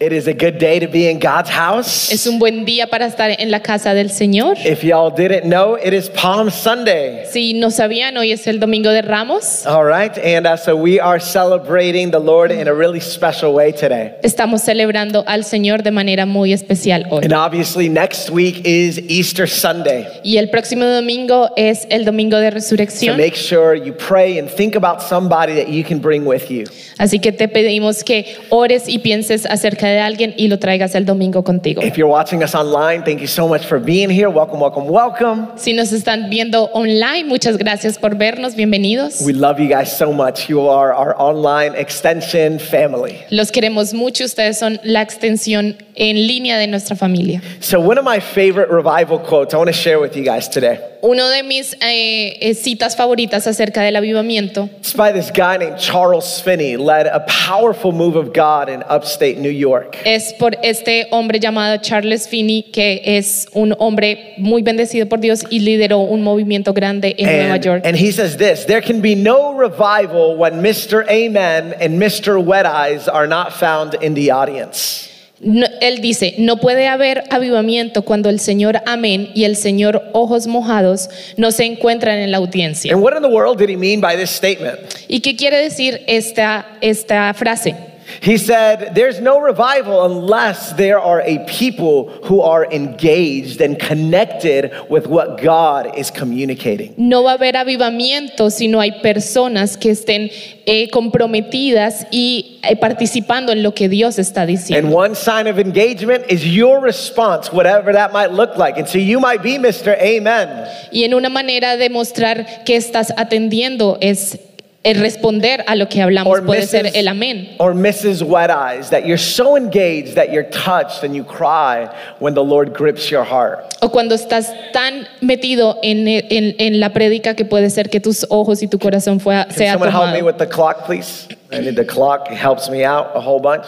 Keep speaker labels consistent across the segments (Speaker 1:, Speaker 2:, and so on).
Speaker 1: It is a good day to be in God's house.
Speaker 2: Es un buen día para estar en la casa del Señor.
Speaker 1: If y'all didn't know, it is Palm Sunday.
Speaker 2: Si no sabían, hoy es el Domingo de Ramos.
Speaker 1: All right, and uh, so we are celebrating the Lord in a really special way today.
Speaker 2: Estamos celebrando al Señor de manera muy especial hoy.
Speaker 1: And obviously, next week is Easter Sunday.
Speaker 2: Y el próximo domingo es el Domingo de
Speaker 1: So
Speaker 2: Resurrección.
Speaker 1: make sure you pray and think about somebody that you can bring with you.
Speaker 2: Así que te pedimos que ores y pienses acerca de alguien y lo traigas el domingo contigo.
Speaker 1: If you're watching us online, thank you so much for being here. Welcome, welcome, welcome.
Speaker 2: Si nos están viendo online, muchas gracias por vernos. Bienvenidos.
Speaker 1: We love you guys so much. You are our online extension family.
Speaker 2: Los queremos mucho. Ustedes son la extensión en línea de nuestra familia.
Speaker 1: So, one of my favorite revival quotes I want to share with you guys today.
Speaker 2: Uno de mis eh, eh, citas favoritas acerca del avivamiento
Speaker 1: It's by this guy named Charles Finney, led a powerful move of God in upstate New York.
Speaker 2: es por este hombre llamado Charles Finney, que es un hombre muy bendecido por Dios y lideró un movimiento grande en Nueva
Speaker 1: And,
Speaker 2: York.
Speaker 1: and he says this there can be no revival when Mr. Amen and Mr. Wet Eyes are not found in the audience.
Speaker 2: No- él dice, no puede haber avivamiento cuando el Señor Amén y el Señor Ojos Mojados no se encuentran en la audiencia.
Speaker 1: And what in the world did he mean by this statement?
Speaker 2: ¿Y qué quiere decir esta, esta frase?
Speaker 1: He said, There's no revival unless there are a people who are engaged and connected with what God is communicating.
Speaker 2: No va a haber avivamiento si no hay personas que estén eh, comprometidas y eh, participando en lo que Dios está diciendo.
Speaker 1: And one sign of engagement is your response, whatever that might look like. And so you might be Mr. Amen.
Speaker 2: Y en una manera de mostrar que estás atendiendo es el responder a lo que hablamos, puede ser el amén.
Speaker 1: or Mrs. Wet Eyes, that you're so engaged that you're touched and you cry when the Lord grips your heart.
Speaker 2: O cuando estás tan metido en, en- en la prédica que puede ser que tus ojos y tu corazón fue,
Speaker 1: Can
Speaker 2: sea
Speaker 1: someone help me
Speaker 2: tomado.
Speaker 1: with the clock, please? I need the clock. It helps me out a whole bunch.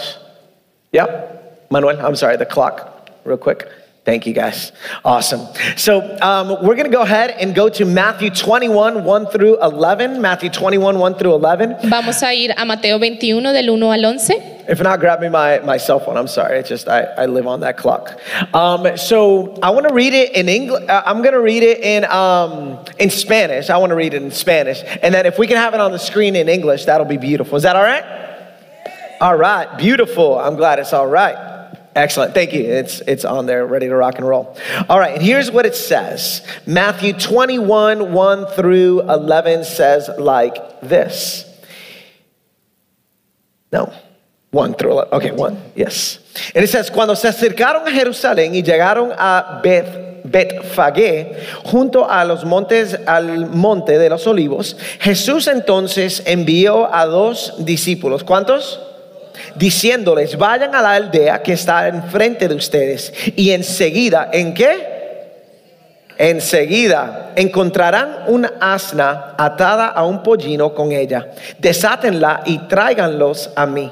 Speaker 1: Yep. Manuel, I'm sorry, the clock, real quick. Thank you guys. Awesome. So um, we're going to go ahead and go to Matthew 21, 1 through 11. Matthew 21, 1 through 11.
Speaker 2: Vamos a ir a Mateo 21 del 1 al 11.
Speaker 1: If not, grab me my, my cell phone. I'm sorry. It's just I, I live on that clock. Um, so I want to read it in English. I'm going to read it in, um, in Spanish. I want to read it in Spanish. And then if we can have it on the screen in English, that'll be beautiful. Is that all right? All right. Beautiful. I'm glad it's all right. Excellent. Thank you. It's, it's on there, ready to rock and roll. All right. And here's what it says Matthew 21, 1 through 11 says like this. No. One through ele- Okay, one. Yes. And it says, cuando se acercaron a Jerusalén y llegaron a Beth, Betfagé, junto a los montes, al monte de los olivos, Jesús entonces envió a dos discípulos. ¿Cuántos? Diciéndoles, vayan a la aldea que está enfrente de ustedes. Y enseguida, ¿en qué? Enseguida encontrarán una asna atada a un pollino con ella. Desátenla y tráiganlos a mí.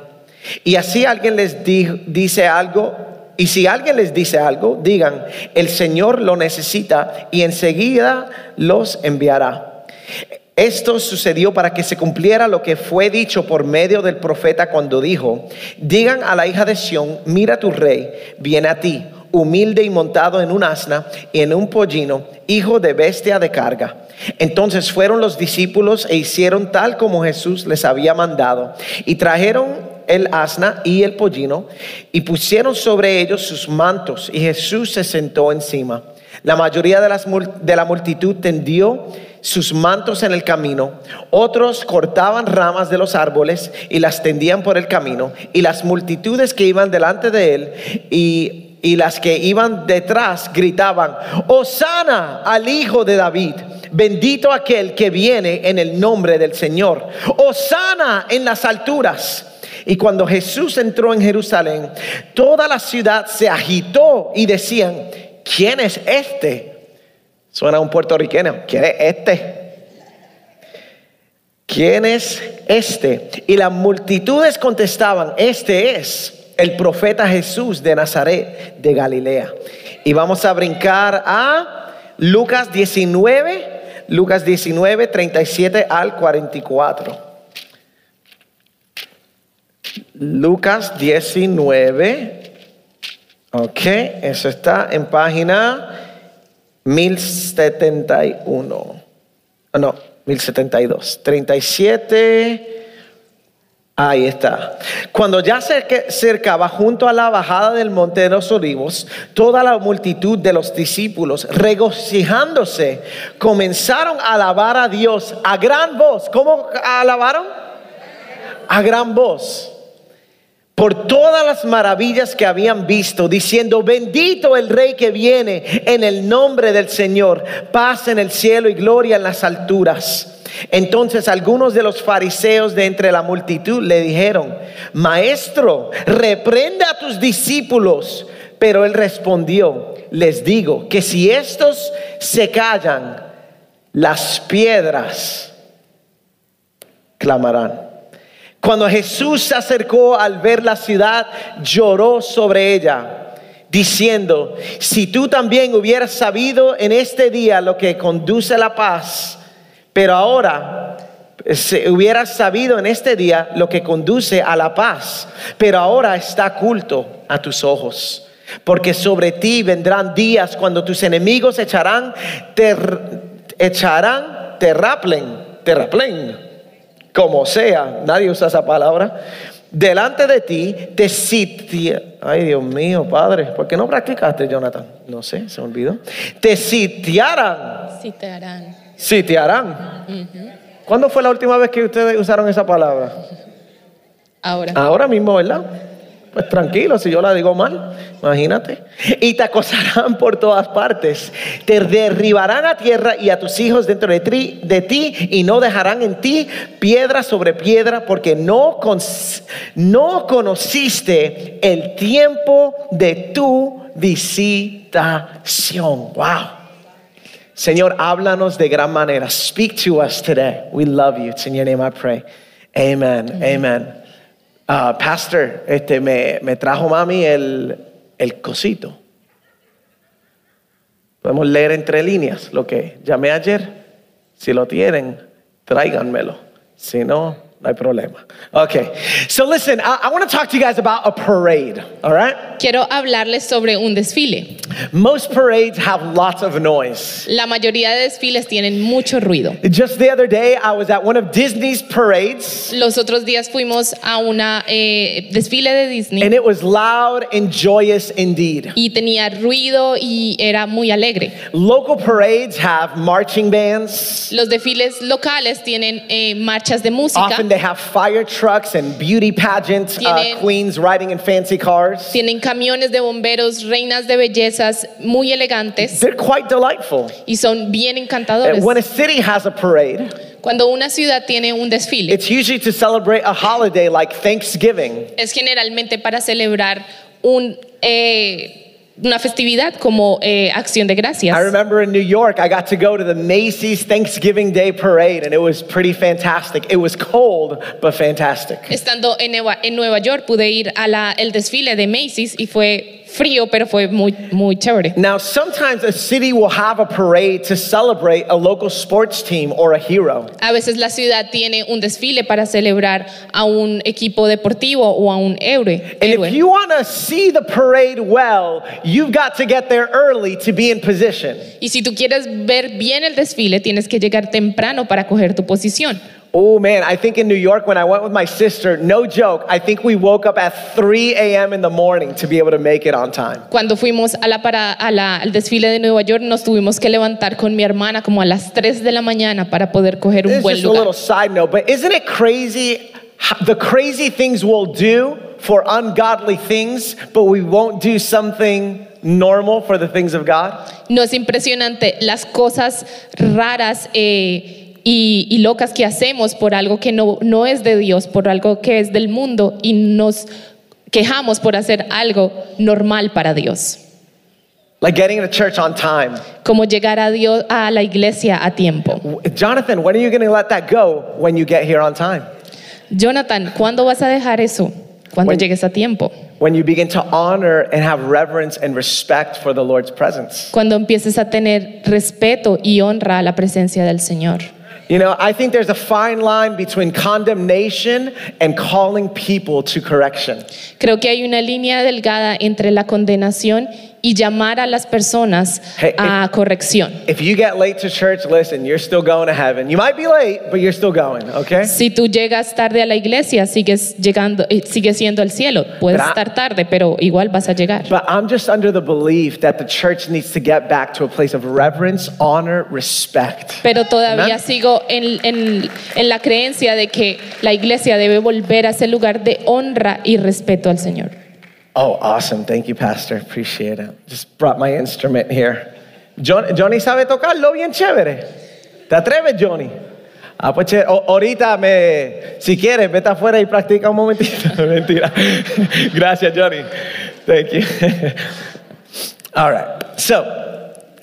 Speaker 1: Y así alguien les di- dice algo, y si alguien les dice algo, digan, el Señor lo necesita y enseguida los enviará. Esto sucedió para que se cumpliera lo que fue dicho por medio del profeta cuando dijo, digan a la hija de Sión, mira tu rey, viene a ti, humilde y montado en un asna y en un pollino, hijo de bestia de carga. Entonces fueron los discípulos e hicieron tal como Jesús les había mandado y trajeron el asna y el pollino y pusieron sobre ellos sus mantos y Jesús se sentó encima. La mayoría de, las mul- de la multitud tendió sus mantos en el camino, otros cortaban ramas de los árboles y las tendían por el camino, y las multitudes que iban delante de él y, y las que iban detrás gritaban, Hosanna al Hijo de David, bendito aquel que viene en el nombre del Señor, Hosanna en las alturas. Y cuando Jesús entró en Jerusalén, toda la ciudad se agitó y decían, ¿quién es este? Suena un puertorriqueño, ¿quién es este? ¿Quién es este? Y las multitudes contestaban, este es el profeta Jesús de Nazaret de Galilea. Y vamos a brincar a Lucas 19, Lucas 19, 37 al 44. Lucas 19, ok, eso está en página 1071, Ah, no, 1072, 37. Ahí está. Cuando ya se acerque- cercaba junto a la bajada del Monte de los Olivos, toda la multitud de los discípulos, regocijándose, comenzaron a alabar a Dios a gran voz. ¿Cómo alabaron? A gran voz. Por todas las maravillas que habían visto, diciendo, bendito el rey que viene en el nombre del Señor, paz en el cielo y gloria en las alturas. Entonces algunos de los fariseos de entre la multitud le dijeron, maestro, reprende a tus discípulos. Pero él respondió, les digo que si estos se callan, las piedras clamarán. Cuando Jesús se acercó al ver la ciudad, lloró sobre ella, diciendo, si tú también hubieras sabido en este día lo que conduce a la paz, pero ahora se- hubieras sabido en este día lo que conduce a la paz, pero ahora está oculto a tus ojos. Porque sobre ti vendrán días cuando tus enemigos echarán, te echarán, te raplen, te raplen, como sea, nadie usa esa palabra, delante de ti te sitia. Ay, Dios mío, Padre, ¿por qué no practicaste, Jonathan? No sé, se me olvidó. Te sitiarán,
Speaker 2: Sí te harán.
Speaker 1: sitiarán.
Speaker 2: Ujú.
Speaker 1: ¿Cuándo fue la última vez que ustedes usaron esa palabra?
Speaker 2: Ahora.
Speaker 1: Ahora mismo, ¿verdad? Pues tranquilo, si yo la digo mal, imagínate. Y te acosarán por todas partes. Te derribarán a tierra y a tus hijos dentro de, tri- de ti y no dejarán en ti piedra sobre piedra porque no, cons- no conociste el tiempo de tu visitación. Wow. Señor, háblanos de gran manera. Speak to us today. We love you. It's in your name I pray. Amen. Amen. Ah, Pastor, este, me, me trajo mami el, el cosito. Podemos leer entre líneas lo que llamé ayer. Si lo tienen, tráiganmelo. Si no, no hay problema. Okay. So listen, I, I want to talk to you guys about a parade. All right.
Speaker 2: Quiero hablarles sobre un desfile.
Speaker 1: Most parades have lots of noise.
Speaker 2: La mayoría de desfiles tienen mucho ruido.
Speaker 1: Just the other day, I was at one of Disney's parades,
Speaker 2: Los otros días fuimos a una eh, desfile de Disney
Speaker 1: and it was loud and joyous indeed.
Speaker 2: y tenía ruido y era muy alegre.
Speaker 1: Local parades have marching bands.
Speaker 2: Los desfiles locales tienen eh, marchas de música,
Speaker 1: Often they have fire trucks and beauty pageant uh,
Speaker 2: Tienen-
Speaker 1: queens riding in fancy cars.
Speaker 2: tienen camiones de bomberos, reinas de bellezas muy elegantes
Speaker 1: They're quite delightful.
Speaker 2: y son bien
Speaker 1: And
Speaker 2: encantadores.
Speaker 1: When a city has a parade,
Speaker 2: Cuando una ciudad tiene un desfile,
Speaker 1: it's usually to celebrate a holiday like Thanksgiving
Speaker 2: es generalmente para celebrar un, eh, una festividad como eh, Acción de Gracias.
Speaker 1: I remember in New York, I got to go to the Macy's Thanksgiving Day Parade, and it was pretty fantastic. It was cold, but fantastic.
Speaker 2: Estando en Nueva, en Nueva York pude ir a la- el desfile de Macy's y fue frío, pero fue muy, muy chévere.
Speaker 1: Now, sometimes a city will have a parade to celebrate a local sports team or a hero.
Speaker 2: A veces la ciudad tiene un desfile para celebrar a un equipo deportivo o a un héroe.
Speaker 1: And if
Speaker 2: héroe.
Speaker 1: you want to see the parade well, you've got to get there early to be in position.
Speaker 2: Y si tú quieres ver bien el desfile, tienes que llegar temprano para coger tu posición.
Speaker 1: Oh man, I think in New York when I went with my sister, no joke, I think we woke up at 3 a.m. in the morning to be able to make it on time.
Speaker 2: Cuando fuimos a la para- a la- al desfile de Nueva York, nos tuvimos que levantar con mi hermana como a las 3 de la mañana para poder coger un
Speaker 1: This is
Speaker 2: buen
Speaker 1: just a little
Speaker 2: lugar.
Speaker 1: side note, but isn't it crazy how- the crazy things we'll do for ungodly things, but we won't do something normal for the things of God?
Speaker 2: No es impresionante las cosas raras eh, y, y locas que hacemos por algo que no, no es de Dios, por algo que es del mundo y nos quejamos por hacer algo normal para Dios,
Speaker 1: Like getting to church on time.
Speaker 2: como llegar a Dios a la iglesia a tiempo.
Speaker 1: Jonathan, when are you going to let that go when you get here on time?
Speaker 2: Jonathan, ¿cuándo vas a dejar eso? Cuando
Speaker 1: When-
Speaker 2: llegues a tiempo.
Speaker 1: when you begin to honor and have reverence and respect for the Lord's presence.
Speaker 2: cuando empieces a tener respeto y honra a la presencia del Señor.
Speaker 1: You know, I think there's a fine line between condemnation and calling people to correction.
Speaker 2: Creo que hay una línea delgada entre la condenación y llamar a las personas
Speaker 1: Hey,
Speaker 2: a corrección.
Speaker 1: If you get late to church, listen, you're still going to heaven. You might be late, but you're still going, okay?
Speaker 2: Si tú llegas tarde a la iglesia, sigues llegando, eh, sigues siendo al cielo. Puedes
Speaker 1: Pero-
Speaker 2: estar tarde, pero igual vas a llegar.
Speaker 1: But I'm just under the belief that the church needs to get back to a place of reverence, honor, respect.
Speaker 2: Pero todavía
Speaker 1: Amen.
Speaker 2: sigo en, en- en la creencia de que la iglesia debe volver a ese lugar de honra y respeto al Señor.
Speaker 1: Oh, awesome. Thank you, Pastor. Appreciate it. Just brought my instrument here. John- Johnny sabe tocarlo bien chévere. ¿Te atreves, Johnny? Ah, pues chévere. O- ahorita me, si quieres, vete afuera y practica un momentito. Mentira. Gracias, Johnny. Thank you. all right. So,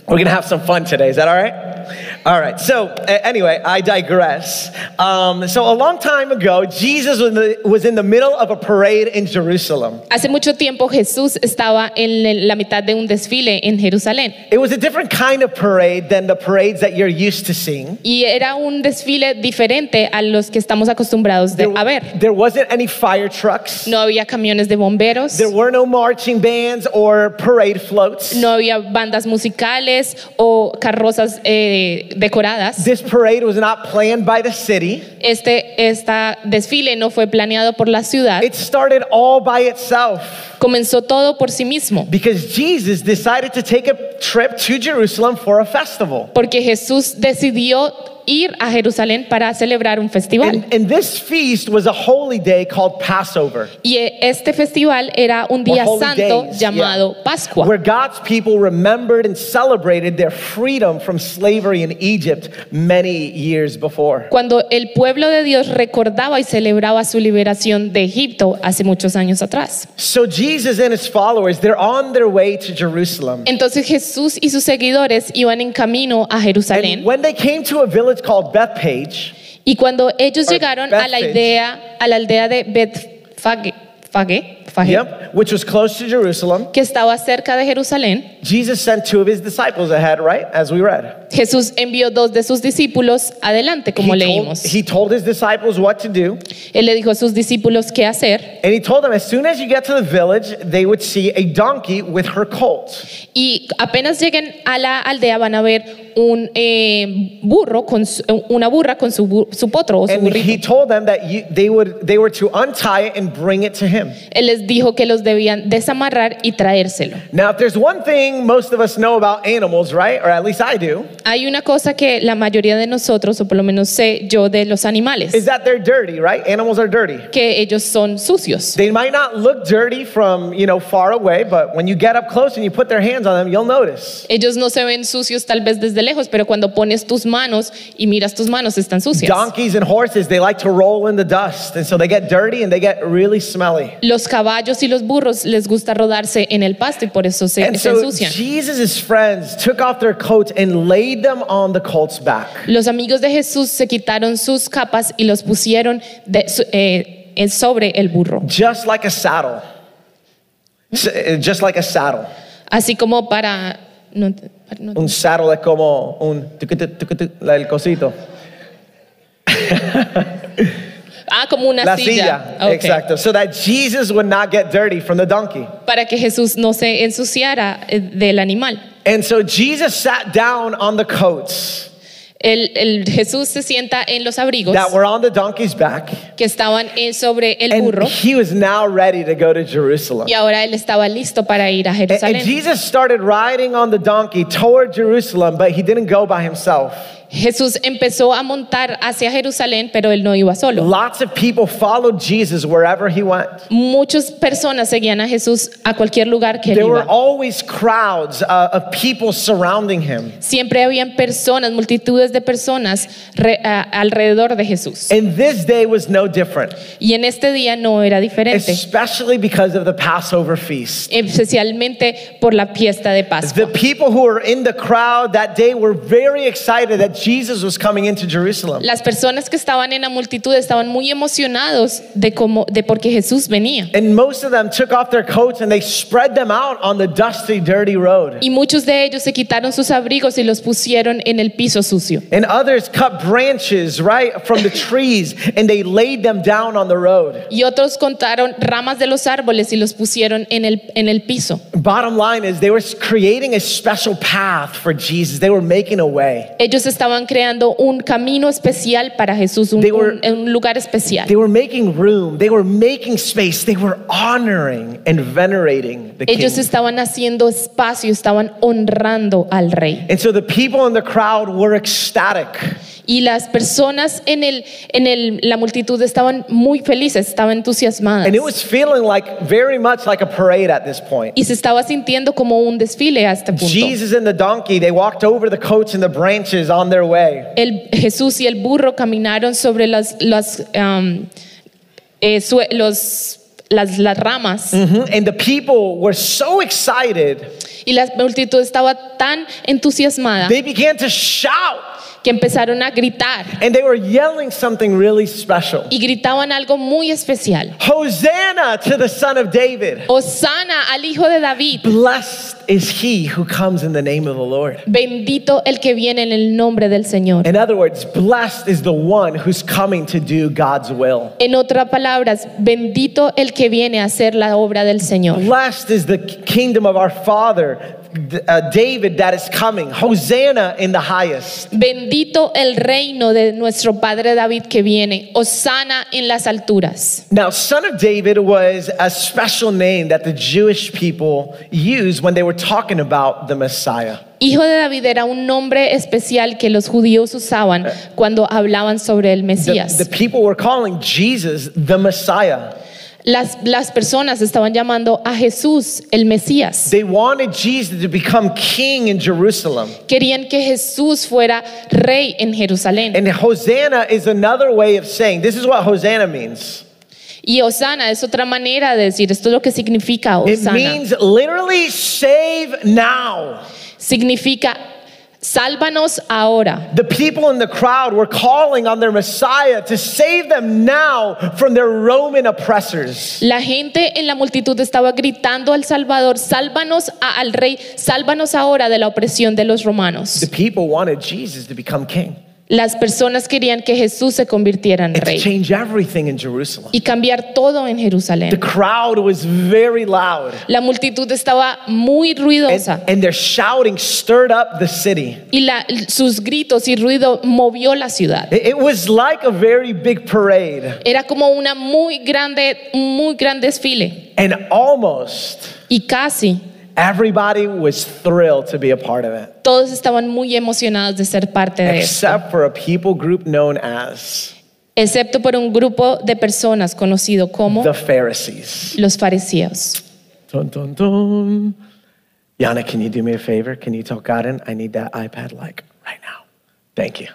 Speaker 1: we're going to have some fun today. Is that all right? All right. So, a- anyway, I digress. Um, so, a long time ago, Jesus was in the- was in the middle of a parade in Jerusalem.
Speaker 2: Hace mucho tiempo Jesús estaba en el- la mitad de un desfile en Jerusalén
Speaker 1: It was a different kind of parade than the parades that you're used to seeing.
Speaker 2: y era un desfile diferente a los que estamos acostumbrados de, a ver.
Speaker 1: there wasn't any fire trucks.
Speaker 2: No había camiones de bomberos,
Speaker 1: There were no marching bands or parade floats.
Speaker 2: no había bandas musicales o carrozas eh, decoradas.
Speaker 1: This parade was not planned by the city.
Speaker 2: Este esta desfile no fue planeado por la ciudad,
Speaker 1: It started all by itself
Speaker 2: comenzó todo por sí mismo.
Speaker 1: because Jesus decided to take a trip to Jerusalem for a festival.
Speaker 2: porque Jesús decidió ir a Jerusalén para celebrar un festival.
Speaker 1: And, and this feast was a holy day called Passover,
Speaker 2: Y eh, este festival era un día
Speaker 1: holy
Speaker 2: santo
Speaker 1: days,
Speaker 2: llamado
Speaker 1: yeah.
Speaker 2: Pascua,
Speaker 1: where God's people remembered and celebrated their freedom from slavery in Egypt many years before.
Speaker 2: cuando el pueblo de Dios recordaba y celebraba su liberación de Egipto hace muchos años atrás.
Speaker 1: So Jesus and his followers, they're on their way to Jerusalem.
Speaker 2: Entonces Jesús y sus seguidores iban en camino a
Speaker 1: And
Speaker 2: Jerusalén
Speaker 1: when they came to a village called Bethpage,
Speaker 2: y cuando ellos
Speaker 1: Or
Speaker 2: llegaron a la
Speaker 1: Bethphage.
Speaker 2: idea a la aldea de Betfage, Fage- Fage,
Speaker 1: yep, which was close to Jerusalem,
Speaker 2: que estaba cerca de Jerusalén,
Speaker 1: Jesus sent two of his disciples ahead, right? As we read.
Speaker 2: Jesús envió dos de sus discípulos adelante, como
Speaker 1: he, told,
Speaker 2: leímos.
Speaker 1: he told his disciples what to do,
Speaker 2: Él le dijo a sus discípulos qué hacer
Speaker 1: and he told them as soon as you get to the village, they would see a donkey with her colt.
Speaker 2: y apenas lleguen a la aldea van a ver un eh, burro con su- una burra con su, bu- su potro o su
Speaker 1: And he
Speaker 2: burrito.
Speaker 1: told them that you, they, would, they were to untie it and bring it to him.
Speaker 2: Él les dijo que los debían desamarrar y traérselo.
Speaker 1: Now, if there's one thing most of us know about animals, right? Or at least I do,
Speaker 2: Hay una cosa que la mayoría de nosotros, o por lo menos sé yo de los
Speaker 1: is
Speaker 2: animales,
Speaker 1: that they're dirty, right? Animals are dirty.
Speaker 2: que ellos son sucios.
Speaker 1: They might not look dirty from, you know, far away, but when you get up close and you put their hands on them, you'll notice.
Speaker 2: Ellos no se ven sucios tal vez desde lejos, pero cuando pones tus manos y miras tus manos están sucias.
Speaker 1: Donkeys and horses, they like to roll in the dust, and so they get dirty and they get really smelly.
Speaker 2: Los caballos y los burros les gusta rodarse en el pasto y por eso se,
Speaker 1: And
Speaker 2: se
Speaker 1: so
Speaker 2: ensucian.
Speaker 1: Jesus' friends took off their coats and laid them on the colt's back.
Speaker 2: Los amigos de Jesús se quitaron sus capas y los pusieron de- su- eh, en- sobre el burro,
Speaker 1: Just like a saddle. S- eh, Just like a saddle.
Speaker 2: así como para... No, ent- para- no-
Speaker 1: Un saddle es como un tucutu, tucutu, la del cosito.
Speaker 2: ah, como una
Speaker 1: La
Speaker 2: silla.
Speaker 1: silla.
Speaker 2: Ok.
Speaker 1: Exacto. So that Jesus would not get dirty from the donkey.
Speaker 2: Para que Jesús no se ensuciara eh, del animal.
Speaker 1: And so Jesus sat down on the coats
Speaker 2: El, el Jesús se sienta en los abrigos
Speaker 1: that were on the donkey's back,
Speaker 2: que estaban en- sobre el
Speaker 1: and
Speaker 2: burro
Speaker 1: he was now ready to go to Jerusalem.
Speaker 2: y ahora él estaba listo para ir a
Speaker 1: And, and
Speaker 2: Jerusalén.
Speaker 1: Jesus started riding on the donkey toward Jerusalem, but he didn't go by himself.
Speaker 2: Jesús empezó a montar hacia Jerusalén, pero él no iba solo.
Speaker 1: Lots of people followed Jesus wherever he went.
Speaker 2: Muchas personas seguían a Jesús a cualquier lugar que él
Speaker 1: There were
Speaker 2: iba.
Speaker 1: always crowds uh, of people surrounding him.
Speaker 2: Siempre habían personas, multitudes de personas re- a- alrededor de Jesús.
Speaker 1: And this day was no different,
Speaker 2: Y en este día no era diferente,
Speaker 1: especially because of the Passover feast.
Speaker 2: especialmente por la fiesta de Pascua.
Speaker 1: The people who were in the crowd that day were very excited that Jesus was coming into Jerusalem.
Speaker 2: Las personas que estaban en la multitud estaban muy emocionados de cómo de porque Jesús venía.
Speaker 1: And most of them took off their coats and they spread them out on the dusty, dirty road.
Speaker 2: Y muchos de ellos se quitaron sus abrigos y los pusieron en el piso sucio.
Speaker 1: And others cut branches, right, from the trees and they laid them down on the road.
Speaker 2: Y otros contaron ramas de los árboles y los pusieron en el, en el piso.
Speaker 1: Bottom line is, they were creating a special path for Jesus. They were making a way,
Speaker 2: Ellos estaban creando un camino especial para Jesús, un,
Speaker 1: They were-
Speaker 2: un- un lugar especial.
Speaker 1: they were making room, they were making space, they were honoring and venerating the
Speaker 2: Ellos
Speaker 1: king.
Speaker 2: estaban haciendo espacio, estaban honrando al rey.
Speaker 1: And so the people in the crowd were ecstatic.
Speaker 2: Y las personas en, el, en el, la multitud estaban muy felices, estaban entusiasmadas.
Speaker 1: And it was feeling like very much like a parade at this point.
Speaker 2: Y se estaba sintiendo como un desfile a este punto.
Speaker 1: Jesus and the donkey, they walked over the coats and the branches on their way.
Speaker 2: El, Jesús y el burro caminaron sobre las, las, um, eh, sue- los- las, las ramas.
Speaker 1: Mhm. And the people were so excited,
Speaker 2: Y la multitud estaba tan entusiasmada
Speaker 1: they began to shout
Speaker 2: que empezaron a gritar.
Speaker 1: and they were yelling something really special
Speaker 2: Y gritaban algo muy especial.
Speaker 1: Hosanna to the Son of David!
Speaker 2: Osana al hijo de David.
Speaker 1: Blessed is he who comes in the name of the Lord.
Speaker 2: Bendito el que viene en el nombre del Señor.
Speaker 1: In other words, blessed is the one who's coming to do God's will.
Speaker 2: En otras palabras, bendito el que viene a hacer la obra del Señor.
Speaker 1: Blessed is the kingdom of our father, D- uh, David, that is coming. Hosanna in the highest.
Speaker 2: Bendito el reino de nuestro Padre David que viene. Osana en las alturas.
Speaker 1: Now, Son of David was a special name that the Jewish people used when they were talking about the Messiah.
Speaker 2: Hijo de David era un nombre especial que los judíos usaban cuando hablaban sobre el
Speaker 1: The,
Speaker 2: Mesías.
Speaker 1: the people were calling Jesus the Messiah.
Speaker 2: Las, las personas estaban llamando a Jesús el Mesías.
Speaker 1: They wanted Jesus to become king in Jerusalem.
Speaker 2: Querían que Jesús fuera rey en Jerusalén.
Speaker 1: And Hosanna is another way of saying this is what Hosanna means.
Speaker 2: Y Osana es otra manera de decir, esto es lo que significa
Speaker 1: It
Speaker 2: Osana.
Speaker 1: means literally save now.
Speaker 2: Significa, sálvanos ahora.
Speaker 1: The people in the crowd were calling on their Messiah to save them now from their Roman oppressors.
Speaker 2: La gente en la multitud estaba gritando al Salvador, sálvanos a- al rey, sálvanos ahora de la opresión de los
Speaker 1: The
Speaker 2: romanos.
Speaker 1: people wanted Jesus to become king
Speaker 2: Las personas querían que Jesús se convirtiera en
Speaker 1: and to
Speaker 2: rey
Speaker 1: change everything in Jerusalem.
Speaker 2: y cambiar todo en
Speaker 1: The
Speaker 2: Jerusalén.
Speaker 1: crowd was very loud,
Speaker 2: La multitud estaba muy
Speaker 1: and,
Speaker 2: ruidosa
Speaker 1: and their shouting stirred up the city.
Speaker 2: y la- sus gritos y ruido movió la ciudad.
Speaker 1: It, it was like a very big parade,
Speaker 2: Era como una muy grande, un muy gran desfile
Speaker 1: and almost
Speaker 2: y casi
Speaker 1: everybody was thrilled to be a part of it,
Speaker 2: todos estaban muy emocionados de ser parte de eso,
Speaker 1: except for a people group known as
Speaker 2: excepto por un grupo de personas conocido como
Speaker 1: the Pharisees.
Speaker 2: los fariseos.
Speaker 1: Dun, dun, dun. Yana, can you do me a favor? Can you tell Garden I need that iPad like right now? Thank you.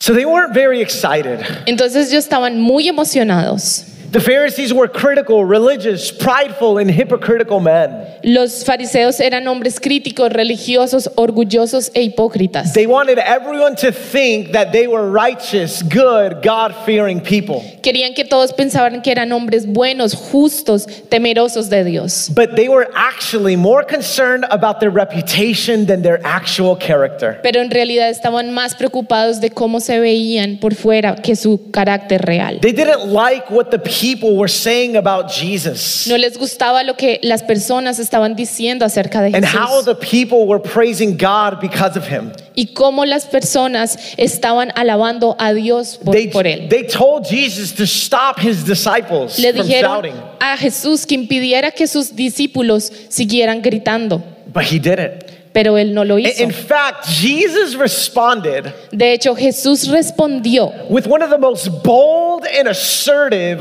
Speaker 1: So they weren't very excited.
Speaker 2: Entonces ellos estaban muy emocionados.
Speaker 1: The Pharisees were critical, religious, prideful, and hypocritical men.
Speaker 2: Los fariseos eran hombres críticos, religiosos, orgullosos e hipócritas.
Speaker 1: They wanted everyone to think that they were righteous, good, God fearing people.
Speaker 2: Querían que todos pensaran que eran hombres buenos, justos, temerosos de Dios.
Speaker 1: But they were actually more concerned about their reputation than their actual character.
Speaker 2: Pero en realidad estaban más preocupados de cómo se veían por fuera que su carácter real.
Speaker 1: They didn't like what the people were saying about Jesus.
Speaker 2: No les gustaba lo que las personas estaban diciendo acerca de
Speaker 1: and how
Speaker 2: Jesús
Speaker 1: the people were praising God because of him.
Speaker 2: y cómo las personas estaban alabando a Dios por,
Speaker 1: They,
Speaker 2: por él.
Speaker 1: they told Jesus to stop his disciples
Speaker 2: Le
Speaker 1: from
Speaker 2: dijeron
Speaker 1: shouting,
Speaker 2: a Jesús que impidiera que sus discípulos siguieran gritando,
Speaker 1: but he didn't.
Speaker 2: pero él no lo
Speaker 1: In,
Speaker 2: hizo.
Speaker 1: in fact, Jesus responded
Speaker 2: De hecho, Jesús respondió
Speaker 1: with one of the most bold and assertive,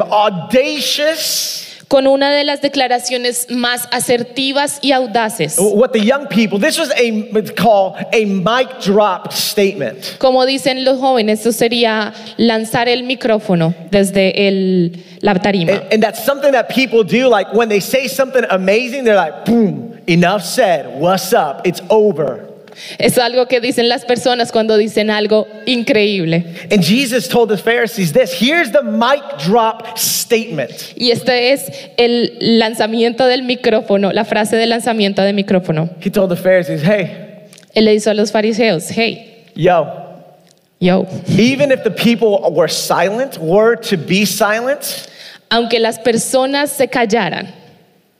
Speaker 1: audacious,
Speaker 2: con una de las declaraciones más asertivas y audaces.
Speaker 1: what the young people, this was a would call a mic drop statement.
Speaker 2: Como dicen los jóvenes, eso sería lanzar el micrófono desde el, la
Speaker 1: And,
Speaker 2: tarima.
Speaker 1: and that's something that people do, like when they say something amazing, they're like, boom, enough said, what's up, it's over.
Speaker 2: Es algo que dicen las personas cuando dicen algo increíble.
Speaker 1: And Jesus told the Pharisees this here's the mic drop statement.
Speaker 2: Y este es el lanzamiento del micrófono, la frase de lanzamiento de micrófono.
Speaker 1: He told the Pharisees, hey,
Speaker 2: Él le hizo a los fariseos, hey,
Speaker 1: yo,
Speaker 2: yo,
Speaker 1: even if the people were silent, were to be silent,
Speaker 2: aunque las personas se callaran,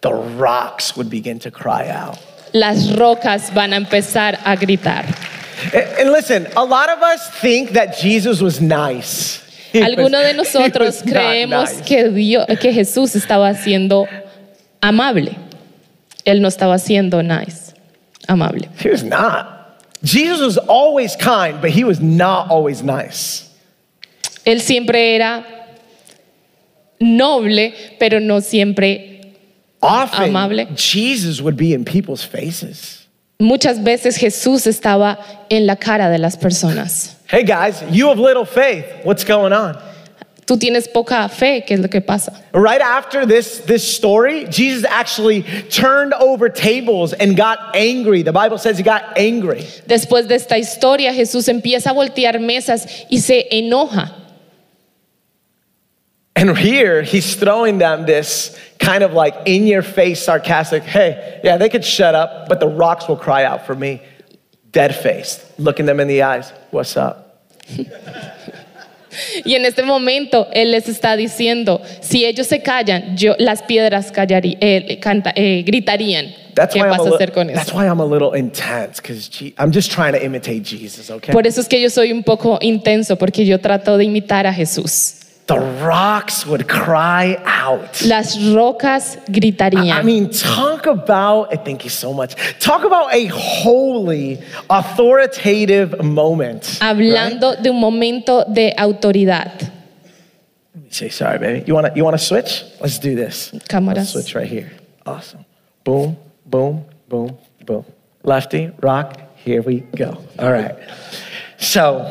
Speaker 1: the rocks would begin to cry out.
Speaker 2: las rocas van a empezar a gritar.
Speaker 1: And, and listen, a lot of us think that Jesus was nice. He was-
Speaker 2: Algunos de
Speaker 1: he was
Speaker 2: nosotros
Speaker 1: not
Speaker 2: creemos
Speaker 1: pues, nice.
Speaker 2: que, Dios, que Jesús estaba siendo amable. Él no estaba siendo nice, amable.
Speaker 1: He was not. Jesus was always kind, but he was not always nice.
Speaker 2: Él siempre era noble, pero no siempre.
Speaker 1: Often,
Speaker 2: Amable.
Speaker 1: Jesus would be in people's faces.
Speaker 2: Muchas veces Jesús estaba en la cara de las personas.
Speaker 1: Hey guys, you have little faith. What's going on?
Speaker 2: Tú tienes poca fe, ¿qué es lo que pasa?
Speaker 1: Right after this, this story, Jesus actually turned over tables and got angry. The Bible says he got angry.
Speaker 2: Después de esta historia, Jesús empieza a voltear mesas y se enoja.
Speaker 1: And here he's throwing them this kind of like in your face sarcastic, hey, yeah, they could shut up, but the rocks will cry out for me. Dead faced, looking them in the eyes. What's up?
Speaker 2: Y en este momento Él les está diciendo, si ellos se callan, yo, las piedras callarí- eh, canta- eh, gritarían.
Speaker 1: That's
Speaker 2: ¿Qué
Speaker 1: why, I'm
Speaker 2: vas
Speaker 1: a
Speaker 2: a
Speaker 1: li-
Speaker 2: hacer con
Speaker 1: that's
Speaker 2: eso?
Speaker 1: why I'm a little intense because I'm just trying to imitate Jesus, okay?
Speaker 2: Por eso es que yo soy un poco intenso, porque yo trato de imitar a Jesús.
Speaker 1: the rocks would cry out.
Speaker 2: Las rocas
Speaker 1: I
Speaker 2: gritarían.
Speaker 1: mean, talk about, I thank you so much. Talk about a holy, authoritative moment. right?
Speaker 2: Hablando de un momento de autoridad.
Speaker 1: Say sorry, baby. You wanna you wanna switch? Let's do this.
Speaker 2: Cámaras.
Speaker 1: Let's switch right here. Awesome. Boom, boom, boom, boom. Lefty, rock, here we go. All right. So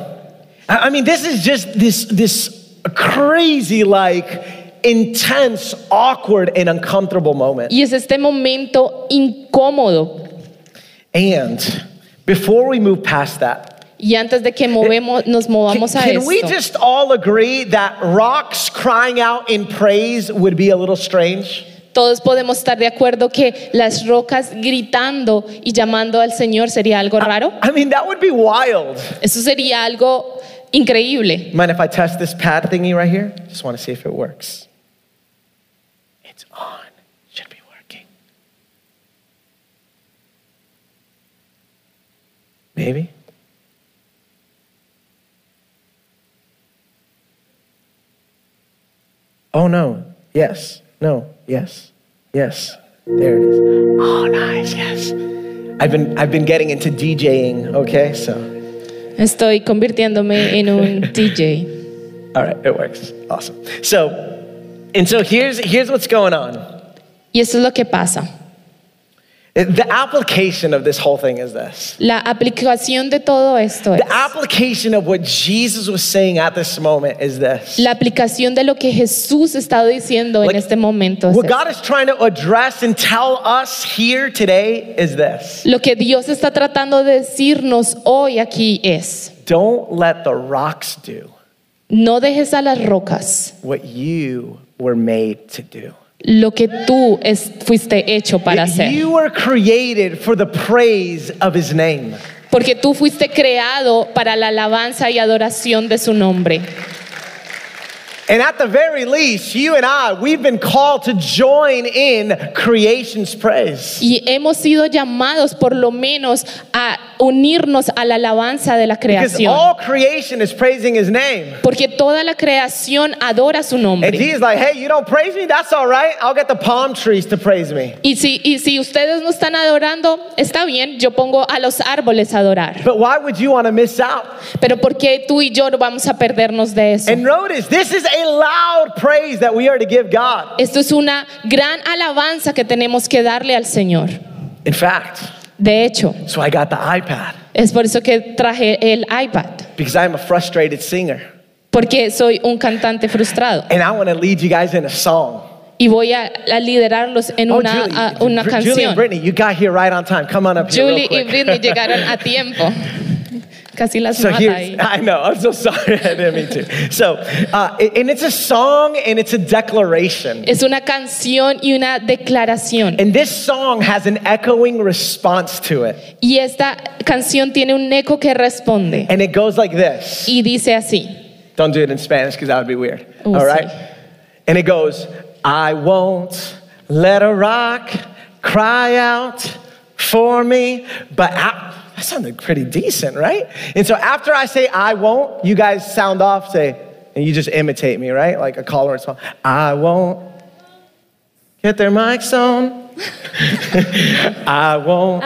Speaker 1: I I mean this is just this this crazy like intense, awkward, and uncomfortable moment.
Speaker 2: Y es este momento incómodo.
Speaker 1: And before we move past that,
Speaker 2: Y antes de que movemos, nos
Speaker 1: Eh, Can,
Speaker 2: movamos a
Speaker 1: can we
Speaker 2: esto,
Speaker 1: just all agree that rocks crying out in praise would be a little strange?
Speaker 2: todos podemos estar de acuerdo que las rocas gritando y llamando al Señor sería algo raro.
Speaker 1: I mean, that would be wild.
Speaker 2: Eso sería algo increíble.
Speaker 1: Mind if I test this pad thingy right here? Just want to see if it works. It's on. Should be working. Maybe. Oh no. Yes. No. Yes. Yes. There it is. Oh nice. Yes. I've been I've been getting into DJing, okay? So
Speaker 2: Estoy convirtiéndome en un DJ.
Speaker 1: All right, it works. Awesome. So, and so here's here's what's going on.
Speaker 2: Y eso es lo que pasa.
Speaker 1: The application of this whole thing is this.
Speaker 2: La aplicación de todo esto es,
Speaker 1: The application of what Jesus was saying at this moment is this.
Speaker 2: la aplicación de lo que Jesús está diciendo en
Speaker 1: Like,
Speaker 2: este momento. es
Speaker 1: What
Speaker 2: esto.
Speaker 1: God is trying to address and tell us here today is this.
Speaker 2: Lo que Dios está tratando de decirnos hoy aquí es,
Speaker 1: Don't let the rocks do
Speaker 2: no dejes a las rocas
Speaker 1: what you were made to do.
Speaker 2: lo que tú es- fuiste hecho para hacer,
Speaker 1: You were created for the praise of his name.
Speaker 2: porque tú fuiste creado para la alabanza y adoración de su nombre.
Speaker 1: And at the very least, you and I, we've been called to join in creation's praise.
Speaker 2: Y hemos sido llamados por lo menos a unirnos a la alabanza de la
Speaker 1: Because
Speaker 2: creación.
Speaker 1: all creation is praising his name.
Speaker 2: Porque toda la creación adora su
Speaker 1: And
Speaker 2: nombre.
Speaker 1: he's like, hey, you don't praise me? That's all right. I'll get the palm trees to praise me.
Speaker 2: Y si, y si ustedes no están adorando, está bien, yo pongo a los árboles a adorar.
Speaker 1: But why would you want to miss out?
Speaker 2: Pero ¿por qué tú y yo no vamos a perdernos de eso?
Speaker 1: And notice, this is a loud praise that we are to give God.
Speaker 2: Esto es una gran alabanza que tenemos que darle al Señor.
Speaker 1: In fact,
Speaker 2: De hecho,
Speaker 1: so I got the iPad
Speaker 2: es por eso que traje el iPad,
Speaker 1: because I'm a frustrated singer.
Speaker 2: porque soy un cantante frustrado
Speaker 1: And I want to lead you guys in a song.
Speaker 2: y voy a, a liderarlos en
Speaker 1: Oh,
Speaker 2: una,
Speaker 1: Julie,
Speaker 2: a- una
Speaker 1: Ju- Julie
Speaker 2: canción.
Speaker 1: and Brittany, you got here right on time. Come on up here. real
Speaker 2: Julie y
Speaker 1: quick.
Speaker 2: Britney llegaron a tiempo. Casi las
Speaker 1: So
Speaker 2: mata
Speaker 1: here's,
Speaker 2: ahí.
Speaker 1: I know, I'm so sorry, I didn't mean to. So, uh, and it's a song and it's a declaration.
Speaker 2: Es una canción y una declaración.
Speaker 1: And this song has an echoing response to it.
Speaker 2: Y esta canción tiene un eco que responde.
Speaker 1: And it goes like this.
Speaker 2: Y dice así.
Speaker 1: Don't do it in Spanish because that would be weird.
Speaker 2: Oh,
Speaker 1: All
Speaker 2: sí.
Speaker 1: right? And it goes, I won't let a rock cry out for me, but I, that sounded pretty decent, right? And so after I say I won't, you guys sound off, say, and you just imitate me, right? Like a caller response. I won't get their mics on. I won't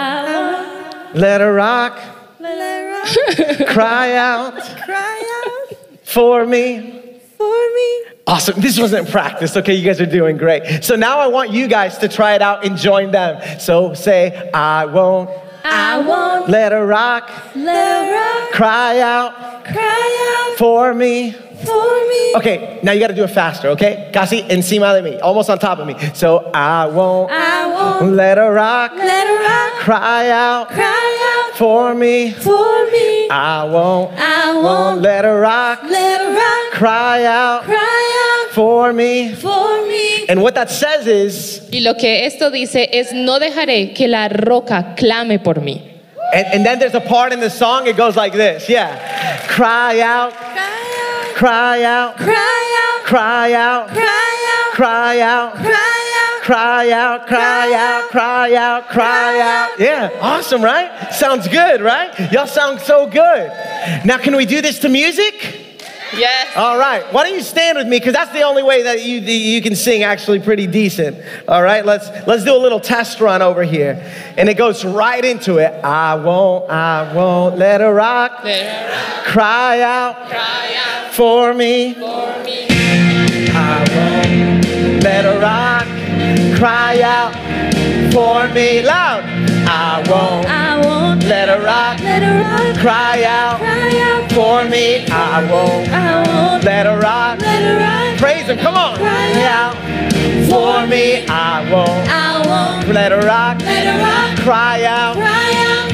Speaker 1: let a rock cry out
Speaker 3: Cry out
Speaker 1: for me.
Speaker 3: for me.
Speaker 1: Awesome. This wasn't practice. Okay, you guys are doing great. So now I want you guys to try it out and join them. So say, I won't
Speaker 3: I won't
Speaker 1: let a rock
Speaker 3: let a rock
Speaker 1: cry out
Speaker 3: cry out
Speaker 1: for me.
Speaker 3: for me.
Speaker 1: Okay, now you gotta do it faster, okay? Casi encima de me, almost on top of me. So I won't
Speaker 3: I won't
Speaker 1: let a rock
Speaker 3: let a rock
Speaker 1: cry out
Speaker 3: cry out
Speaker 1: for me.
Speaker 3: for me.
Speaker 1: I won't,
Speaker 3: I
Speaker 1: won't
Speaker 3: won't
Speaker 1: let a rock
Speaker 3: let a rock
Speaker 1: cry out
Speaker 3: cry out
Speaker 1: for me.
Speaker 3: for me.
Speaker 1: And what that says is,
Speaker 2: Y lo que esto dice es, no dejaré que la roca clame por mí.
Speaker 1: And, and then there's a part in the song, it goes like this yeah. Cry out,
Speaker 3: Cry out,
Speaker 1: cry out,
Speaker 3: cry out,
Speaker 1: cry out,
Speaker 3: cry out,
Speaker 1: cry out, cry
Speaker 3: cry out.
Speaker 1: out, cry out, cry out, cry out. Yeah, awesome, right? Sounds good, right? Y'all sound so good. Now, can we do this to music?
Speaker 2: Yes.
Speaker 1: All right, why don't you stand with me? Because that's the only way that you, that you can sing actually pretty decent. All right, let's, let's do a little test run over here. And it goes right into it. I won't, I won't let her rock, cry out. for me. I won't let a rock cry out for me loud. I won't
Speaker 3: I won't
Speaker 1: let a rock
Speaker 3: let a rock
Speaker 1: cry out
Speaker 3: cry out.
Speaker 1: for me. I won't
Speaker 3: I won't
Speaker 1: let a rock
Speaker 3: let a rock
Speaker 1: praise him. Come on, cry out for me. I won't
Speaker 3: I won't
Speaker 1: let a rock
Speaker 3: let a rock
Speaker 1: cry out
Speaker 3: cry out.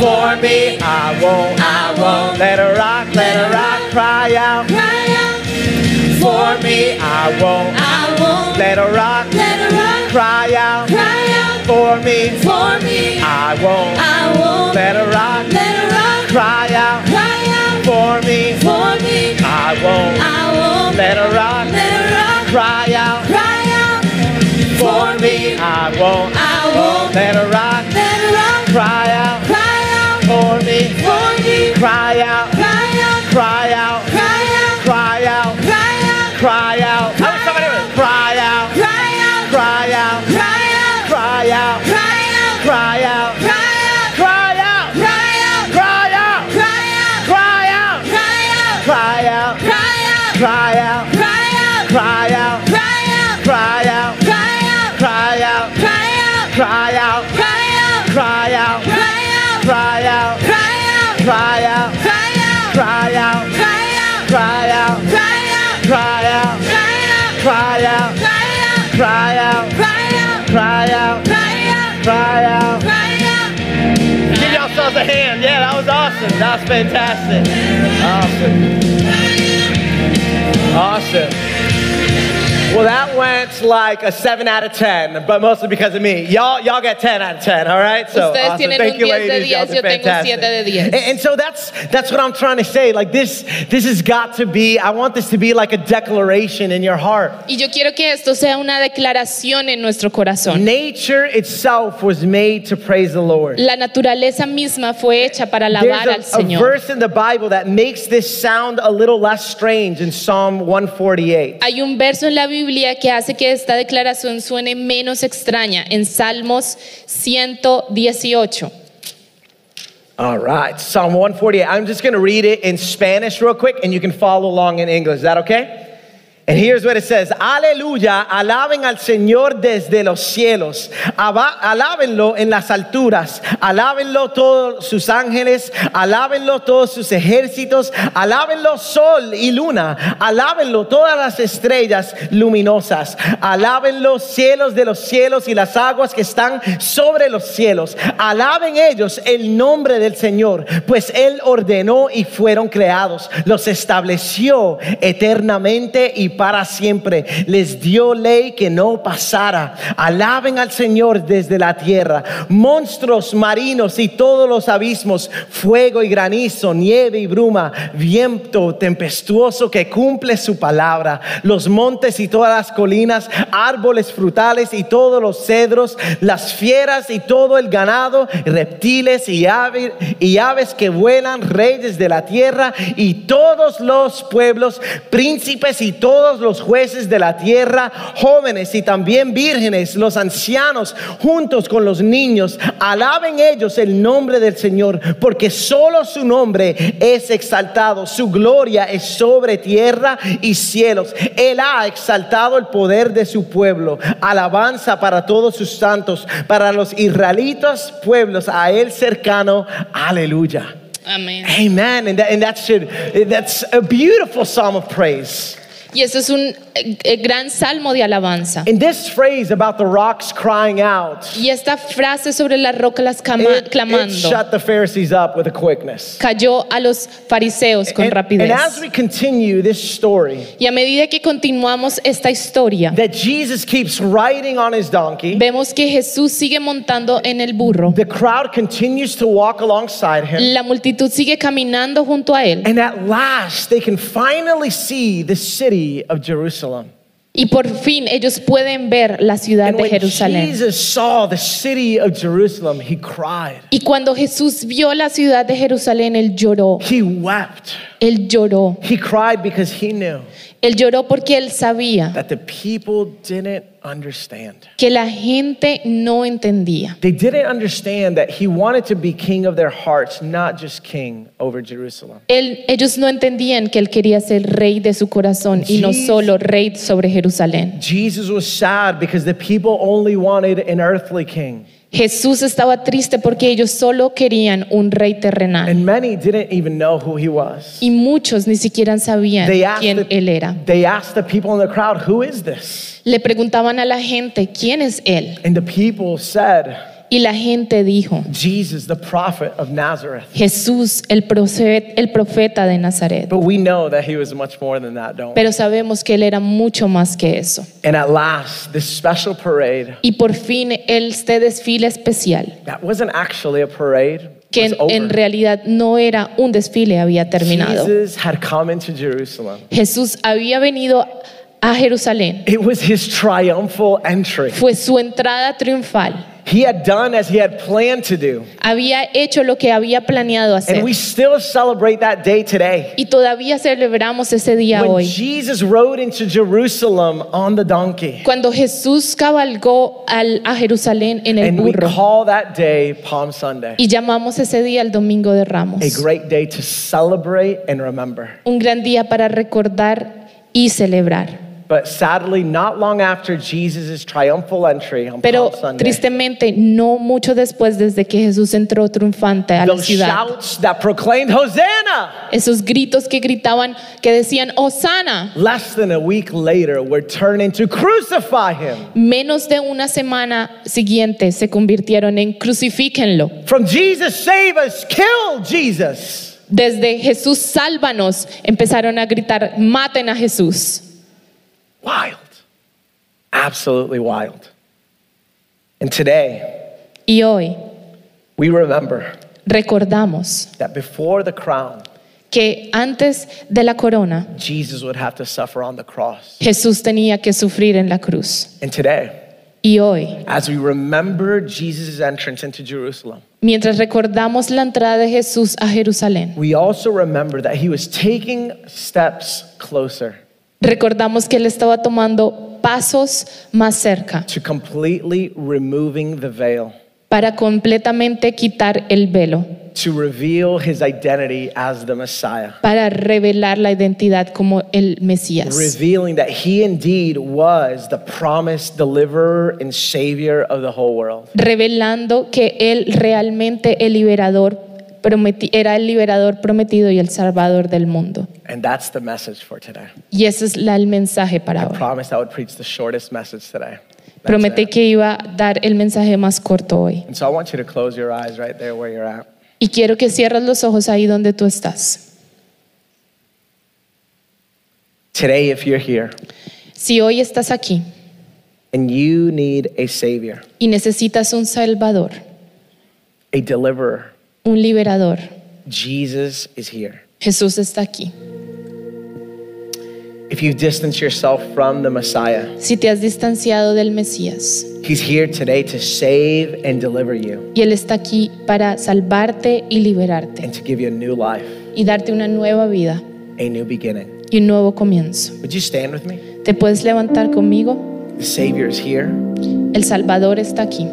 Speaker 1: for me. I won't. I won't let a rock let a rock cry out
Speaker 3: Cry out
Speaker 1: for me. I won't
Speaker 3: I won't
Speaker 1: let a rock
Speaker 3: let a rock
Speaker 1: cry out
Speaker 3: cry out
Speaker 1: for me.
Speaker 3: for me.
Speaker 1: I won't
Speaker 3: I won't
Speaker 1: let a rock
Speaker 3: let a rock
Speaker 1: cry out
Speaker 3: cry out
Speaker 1: for me.
Speaker 3: for me.
Speaker 1: I won't
Speaker 3: I won't
Speaker 1: let a rock
Speaker 3: let a rock
Speaker 1: cry out
Speaker 3: cry out
Speaker 1: for me. I won't
Speaker 3: I won't
Speaker 1: let a rock
Speaker 3: let a rock
Speaker 1: cry out
Speaker 3: cry out
Speaker 1: for me.
Speaker 3: for me.
Speaker 1: Cry out,
Speaker 3: Cry out,
Speaker 1: cry out,
Speaker 3: cry out,
Speaker 1: cry out,
Speaker 3: cry out,
Speaker 1: cry out. How about somebody else? Cry out,
Speaker 3: cry out,
Speaker 1: cry out,
Speaker 3: cry out,
Speaker 1: cry out,
Speaker 3: cry
Speaker 1: cry
Speaker 3: out,
Speaker 1: out,
Speaker 3: cry out,
Speaker 1: cry out,
Speaker 3: cry out,
Speaker 1: cry out,
Speaker 3: cry out,
Speaker 1: cry out,
Speaker 3: cry out,
Speaker 1: cry out,
Speaker 3: cry out,
Speaker 1: cry out.
Speaker 3: cry out,
Speaker 1: Cry out,
Speaker 3: cry out,
Speaker 1: cry out, cry out,
Speaker 3: cry out, cry out,
Speaker 1: cry out,
Speaker 3: cry
Speaker 1: cry out,
Speaker 3: out, cry out,
Speaker 1: cry out,
Speaker 3: cry
Speaker 1: cry out, cry out,
Speaker 3: out, cry out, cry
Speaker 1: cry out, cry out, cry out, cry out, cry out,
Speaker 3: out, cry out, cry out, cry out, cry out, cry
Speaker 1: cry out.
Speaker 3: out. Cry out,
Speaker 1: Give yourselves a hand. Yeah, that was awesome. That was fantastic. Awesome. Awesome. Well, that went like a seven out of ten, but mostly because of me. Y'all, y'all got ten out of ten. All right. So
Speaker 2: Ustedes
Speaker 1: awesome.
Speaker 2: tienen
Speaker 1: Thank
Speaker 2: un
Speaker 1: you,
Speaker 2: 10 de
Speaker 1: ladies. Y'all
Speaker 2: 10,
Speaker 1: did
Speaker 2: yo tengo un
Speaker 1: fantastic.
Speaker 2: 7 de 10.
Speaker 1: And, and so that's that's what I'm trying to say. Like this, this has got to be. I want this to be like a declaration in your heart.
Speaker 2: Y yo quiero que esto sea una declaración en nuestro corazón.
Speaker 1: Nature itself was made to praise the Lord.
Speaker 2: La naturaleza misma fue hecha para alabar al
Speaker 1: There's a, a
Speaker 2: Señor.
Speaker 1: verse in the Bible that makes this sound a little less strange in Psalm 148.
Speaker 2: Hay un verso en la Biblia que hace que esta declaración suene menos extraña en Salmos 118.
Speaker 1: All right, Psalm 148. I'm just going to read it in Spanish real quick and you can follow along in English. Is that okay? And here's what it says, aleluya, alaben al Señor desde los cielos, Aba- alábenlo en las alturas, alábenlo todos sus ángeles, alábenlo todos sus ejércitos, alábenlo sol y luna, alábenlo todas las estrellas luminosas, alaben los cielos de los cielos y las aguas que están sobre los cielos, alaben ellos el nombre del Señor, pues Él ordenó y fueron creados, los estableció eternamente y para siempre, les dio ley que no pasara, alaben al Señor desde la tierra, monstruos marinos y todos los abismos, fuego y granizo, nieve y bruma, viento tempestuoso que cumple su palabra, los montes y todas las colinas, árboles frutales y todos los cedros, las fieras y todo el ganado, reptiles y, ave- y aves que vuelan, reyes de la tierra y todos los pueblos, príncipes y todos los jueces de la tierra, jóvenes y también vírgenes, los ancianos, juntos con los niños, alaben ellos el nombre del Señor, porque solo su nombre es exaltado, su gloria es sobre tierra y cielos. Él ha exaltado el poder de su pueblo, alabanza para todos sus santos, para los israelitas pueblos, a él cercano, aleluya.
Speaker 2: Amén.
Speaker 1: Amen. And that, and that should, that's a beautiful psalm of praise.
Speaker 2: Y eso es un eh, eh, gran salmo de alabanza.
Speaker 1: And this phrase about the rocks crying out,
Speaker 2: Y esta frase sobre las rocas cama-
Speaker 1: it, it
Speaker 2: clamando
Speaker 1: shut the Pharisees up with a quickness.
Speaker 2: cayó a los fariseos con
Speaker 1: And, and
Speaker 2: rapidez.
Speaker 1: as we continue this story,
Speaker 2: Y a medida que continuamos esta historia,
Speaker 1: that Jesus keeps riding on his donkey,
Speaker 2: vemos que Jesús sigue montando en el burro.
Speaker 1: the crowd continues to walk alongside him.
Speaker 2: La multitud sigue caminando junto a él.
Speaker 1: And at last, they can finally see the city of Jerusalem.
Speaker 2: Y por fin ellos pueden ver la ciudad
Speaker 1: And
Speaker 2: de
Speaker 1: when
Speaker 2: Jerusalén.
Speaker 1: Jesus saw the city of Jerusalem, he cried.
Speaker 2: Y cuando Jesús vio la ciudad de Jerusalén, él lloró.
Speaker 1: He wept.
Speaker 2: Él lloró.
Speaker 1: He cried because he knew
Speaker 2: Él lloró porque él sabía
Speaker 1: that the people didn't understand.
Speaker 2: que la gente no entendía.
Speaker 1: They didn't understand that he wanted to be king of their hearts, not just king over Jerusalem.
Speaker 2: Él- ellos no entendían que él quería ser rey de su corazón y no
Speaker 1: Jesus-
Speaker 2: solo rey sobre Jerusalén.
Speaker 1: Jesus was sad because the people only wanted an earthly king,
Speaker 2: Jesús estaba triste porque ellos solo querían un rey terrenal
Speaker 1: and many didn't even know who he was.
Speaker 2: y muchos ni siquiera sabían
Speaker 1: They asked,
Speaker 2: quién él
Speaker 1: the,
Speaker 2: era.
Speaker 1: they asked the people in the crowd, Who is this?
Speaker 2: Le preguntaban a la gente, ¿quién es él?
Speaker 1: And the people said,
Speaker 2: Y la gente dijo,
Speaker 1: Jesus, the prophet of Nazareth.
Speaker 2: Jesús, el, profe- el profeta de Nazaret.
Speaker 1: But we know that he was much more than that, don't we?
Speaker 2: Pero sabemos que él era mucho más que eso.
Speaker 1: And at last, this special parade
Speaker 2: Y por fin este desfile especial,
Speaker 1: that wasn't actually a parade,
Speaker 2: que
Speaker 1: was
Speaker 2: en,
Speaker 1: Pues, over.
Speaker 2: en realidad no era un desfile, había terminado.
Speaker 1: Jesus had come into Jerusalem.
Speaker 2: Jesús había venido a Jerusalén.
Speaker 1: It was his triumphal entry.
Speaker 2: Fue su entrada triunfal.
Speaker 1: He had done as he had planned to do.
Speaker 2: Había hecho lo que había planeado hacer.
Speaker 1: And we still celebrate that day today.
Speaker 2: Y todavía celebramos ese día
Speaker 1: When
Speaker 2: hoy.
Speaker 1: Jesus rode into Jerusalem on the donkey.
Speaker 2: Cuando Jesús cabalgó al- a Jerusalén en el
Speaker 1: And we
Speaker 2: burro.
Speaker 1: call that day Palm Sunday.
Speaker 2: Y llamamos ese día el Domingo de Ramos.
Speaker 1: A great day to celebrate and remember.
Speaker 2: Un gran día para recordar y celebrar.
Speaker 1: But sadly, not long after Jesus' triumphal entry on
Speaker 2: Pero
Speaker 1: Palm Sunday,
Speaker 2: tristemente, no mucho después desde que Jesús entró triunfante a la
Speaker 1: those
Speaker 2: ciudad,
Speaker 1: shouts that proclaimed Hosanna,
Speaker 2: esos gritos que gritaban, que decían, Osana,
Speaker 1: less than a week later, were turned into crucify him.
Speaker 2: menos de una semana siguiente se convirtieron en crucifíquenlo.
Speaker 1: From Jesus, save us, kill Jesus.
Speaker 2: Desde Jesús, sálvanos, empezaron a gritar, maten a Jesús.
Speaker 1: Wild. Absolutely wild. And today,
Speaker 2: Y hoy
Speaker 1: we remember
Speaker 2: recordamos
Speaker 1: that before the crown,
Speaker 2: que antes de la corona,
Speaker 1: Jesus would have to suffer on the cross.
Speaker 2: Jesús tenía que sufrir en la cruz.
Speaker 1: And today,
Speaker 2: Y hoy,
Speaker 1: As we remember Jesus' entrance into Jerusalem,
Speaker 2: mientras recordamos la entrada de Jesús a Jerusalén,
Speaker 1: we also remember that he was taking steps closer
Speaker 2: recordamos que Él estaba tomando pasos más cerca
Speaker 1: to completely removing the veil
Speaker 2: para completamente quitar el velo
Speaker 1: to reveal his identity as the Messiah,
Speaker 2: para revelar la identidad como el Mesías,
Speaker 1: revealing that he indeed was the promised deliverer and savior of the whole world.
Speaker 2: revelando que él realmente el liberador prometi- era el liberador prometido y el salvador del mundo.
Speaker 1: And that's the message for today.
Speaker 2: Y ese es la- el mensaje para
Speaker 1: I
Speaker 2: hoy.
Speaker 1: promised I would preach the shortest message today. That's
Speaker 2: Prometí
Speaker 1: it.
Speaker 2: que iba a dar el mensaje más corto hoy.
Speaker 1: And so I want you to close your eyes right there where you're at.
Speaker 2: Y quiero que cierres los ojos ahí donde tú estás.
Speaker 1: Today, if you're here
Speaker 2: Si hoy estás aquí
Speaker 1: and you need a savior,
Speaker 2: y necesitas un salvador,
Speaker 1: a deliverer,
Speaker 2: un liberador,
Speaker 1: Jesus is here.
Speaker 2: Jesús está aquí.
Speaker 1: If you distance yourself from the Messiah,
Speaker 2: Si te has distanciado del Mesías
Speaker 1: He's here today to save and deliver you
Speaker 2: y Él está aquí para salvarte y liberarte
Speaker 1: and to give you a new life,
Speaker 2: y darte una nueva vida
Speaker 1: a new beginning.
Speaker 2: y un nuevo comienzo.
Speaker 1: Would you stand with me?
Speaker 2: ¿Te puedes levantar conmigo?
Speaker 1: The Savior is here.
Speaker 2: El Salvador está aquí.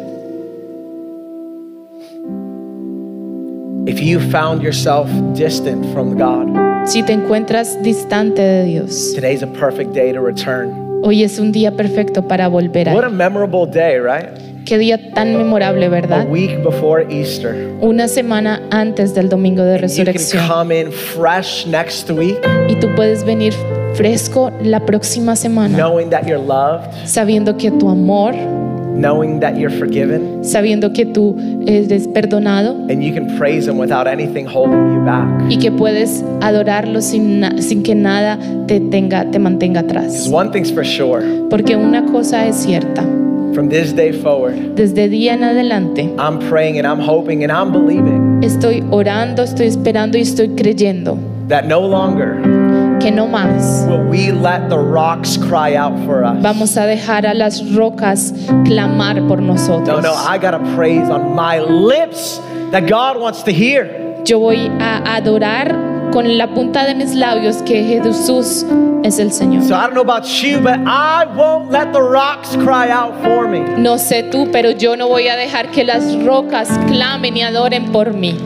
Speaker 1: If you found yourself distant from God,
Speaker 2: Si te encuentras distante de Dios,
Speaker 1: today's a perfect day to return.
Speaker 2: hoy es un día perfecto para volver a
Speaker 1: What
Speaker 2: Él.
Speaker 1: a memorable day, right?
Speaker 2: Qué día tan memorable,
Speaker 1: A
Speaker 2: ¿verdad?
Speaker 1: week before Easter.
Speaker 2: Una semana antes del domingo de
Speaker 1: You can
Speaker 2: resurrección.
Speaker 1: come in fresh next week,
Speaker 2: Y tú puedes venir fresco la próxima semana,
Speaker 1: knowing that you're loved,
Speaker 2: sabiendo que tu amor,
Speaker 1: knowing that you're forgiven,
Speaker 2: sabiendo que tú eres perdonado
Speaker 1: and you can praise Him without anything holding you back.
Speaker 2: y que puedes adorarlo sin, na- sin que nada te, tenga, te mantenga
Speaker 1: Because
Speaker 2: atrás.
Speaker 1: one thing's for sure.
Speaker 2: Porque una cosa es cierta,
Speaker 1: From this day forward,
Speaker 2: desde día en adelante
Speaker 1: I'm praying and I'm hoping and I'm believing
Speaker 2: estoy orando, estoy esperando y estoy creyendo
Speaker 1: that no longer
Speaker 2: que no más
Speaker 1: will we let the rocks cry out for us.
Speaker 2: vamos a dejar a las rocas clamar por
Speaker 1: No,
Speaker 2: nosotros.
Speaker 1: no, ah. I got a praise on my lips that God wants to hear.
Speaker 2: Yo voy a adorar con la punta de mis labios que Jesús es el Señor.
Speaker 1: So I don't know about you, but I won't let the rocks cry out for me.
Speaker 2: No sé tú, pero yo no voy a dejar que las rocas clamen y adoren por mí.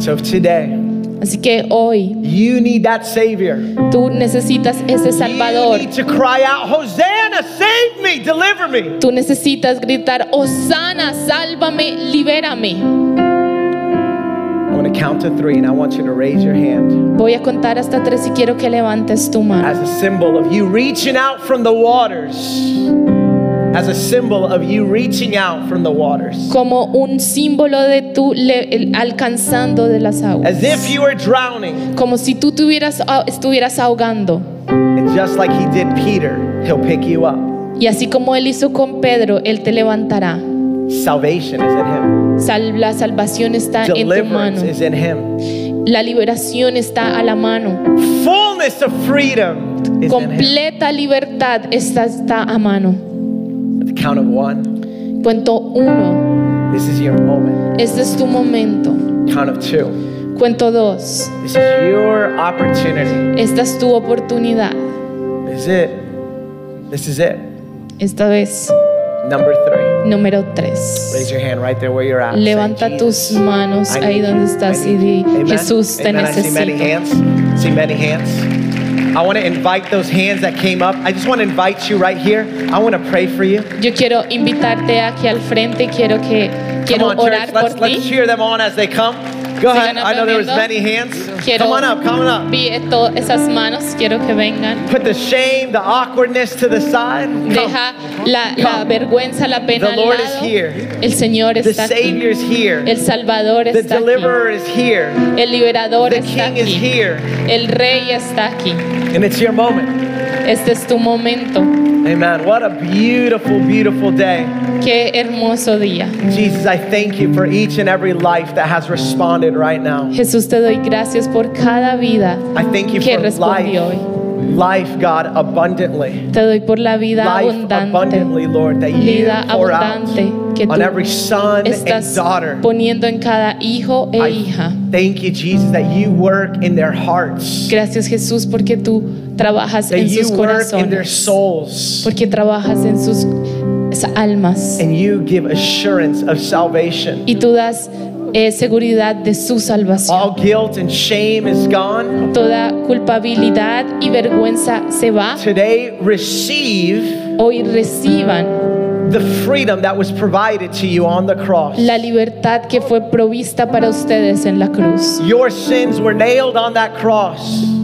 Speaker 1: So if today
Speaker 2: Así que hoy
Speaker 1: you need that Savior,
Speaker 2: tú necesitas ese Salvador.
Speaker 1: you need to cry out, Hosanna, save me, deliver me.
Speaker 2: Tú necesitas gritar, Osana, sálvame, libérame.
Speaker 1: I'm gonna count to three and I want you to raise your hand
Speaker 2: Voy a contar hasta tres y quiero que levantes tu mano.
Speaker 1: as a symbol of you reaching out from the waters. As a symbol of you reaching out from the waters.
Speaker 2: Como un símbolo de tú le- el- alcanzando de las aguas.
Speaker 1: As if you were drowning.
Speaker 2: Como si tú tuvieras, ah, estuvieras ahogando.
Speaker 1: And just like he did Peter, he'll pick you up.
Speaker 2: Y así como Él hizo con Pedro, Él te levantará.
Speaker 1: Salvation is in him,
Speaker 2: Sal- la salvación está en tu
Speaker 1: deliverance
Speaker 2: mano.
Speaker 1: is in him,
Speaker 2: La liberación está a la mano.
Speaker 1: fullness of freedom is in him.
Speaker 2: Completa libertad está, está a mano.
Speaker 1: At the count of one,
Speaker 2: Cuento uno.
Speaker 1: this is your moment.
Speaker 2: Este es tu momento.
Speaker 1: Count of two.
Speaker 2: Cuento dos.
Speaker 1: This is your opportunity.
Speaker 2: Esta es tu oportunidad.
Speaker 1: This is it. This is it.
Speaker 2: Esta vez,
Speaker 1: Number three.
Speaker 2: número
Speaker 1: Raise
Speaker 2: tres.
Speaker 1: your hand right there where you're at. Say,
Speaker 2: Levanta tus
Speaker 1: "Jesus,
Speaker 2: manos
Speaker 1: I
Speaker 2: ahí
Speaker 1: need
Speaker 2: donde
Speaker 1: you.
Speaker 2: estás
Speaker 1: I
Speaker 2: y
Speaker 1: need
Speaker 2: di,
Speaker 1: you." Amen.
Speaker 2: Jesús, te
Speaker 1: Amen. I see many
Speaker 2: necesito.
Speaker 1: hands. I See many hands. I want to invite those hands that came up. I just want to invite you right here. I want to pray for you.
Speaker 2: Yo quiero invitarte aquí al frente y quiero que
Speaker 1: Come
Speaker 2: quiero
Speaker 1: on,
Speaker 2: orar
Speaker 1: church. Let's,
Speaker 2: por
Speaker 1: let's
Speaker 2: ti.
Speaker 1: cheer them on as they come. Go ahead.
Speaker 2: Sigan
Speaker 1: I know there was
Speaker 2: aplaudiendo.
Speaker 1: many hands.
Speaker 2: Quiero
Speaker 1: Come on up. Come on up.
Speaker 2: vi- todas esas manos quiero que vengan.
Speaker 1: Put the shame, the awkwardness to the side. Come.
Speaker 2: Deja la, la vergüenza, la pena
Speaker 1: The
Speaker 2: al
Speaker 1: Lord
Speaker 2: lado.
Speaker 1: is here.
Speaker 2: El Señor
Speaker 1: The
Speaker 2: está aquí.
Speaker 1: Savior's here.
Speaker 2: El Salvador
Speaker 1: The
Speaker 2: está
Speaker 1: deliverer
Speaker 2: aquí.
Speaker 1: is here.
Speaker 2: El liberador
Speaker 1: The
Speaker 2: está
Speaker 1: king is
Speaker 2: aquí.
Speaker 1: here.
Speaker 2: El rey está aquí.
Speaker 1: And it's your moment.
Speaker 2: Este es tu momento.
Speaker 1: Amen. What a beautiful, beautiful day.
Speaker 2: Qué hermoso día.
Speaker 1: Jesus, I thank you for each and every life that has responded right now.
Speaker 2: Jesús, te doy gracias por cada vida.
Speaker 1: I thank you
Speaker 2: Que
Speaker 1: for life.
Speaker 2: respondió
Speaker 1: Life, God, abundantly.
Speaker 2: Te doy por la vida
Speaker 1: Life
Speaker 2: abundante.
Speaker 1: abundantly, Lord, that you
Speaker 2: Vida
Speaker 1: pour out
Speaker 2: abundante que
Speaker 1: on
Speaker 2: tú
Speaker 1: every son and
Speaker 2: Estás
Speaker 1: daughter.
Speaker 2: poniendo en cada hijo e hija.
Speaker 1: I thank you, Jesus, that you work in their hearts,
Speaker 2: Gracias Jesús porque tú trabajas
Speaker 1: that
Speaker 2: en sus
Speaker 1: you work in their
Speaker 2: corazones.
Speaker 1: souls,
Speaker 2: porque trabajas en sus almas
Speaker 1: and you give assurance of salvation.
Speaker 2: y tú das es seguridad de su salvación.
Speaker 1: All guilt and shame is gone.
Speaker 2: Toda culpabilidad y vergüenza se va.
Speaker 1: Today, receive
Speaker 2: Hoy reciban
Speaker 1: the freedom that was provided to you on the cross.
Speaker 2: la libertad que fue provista para ustedes en la cruz.
Speaker 1: Your sins were nailed on that cross.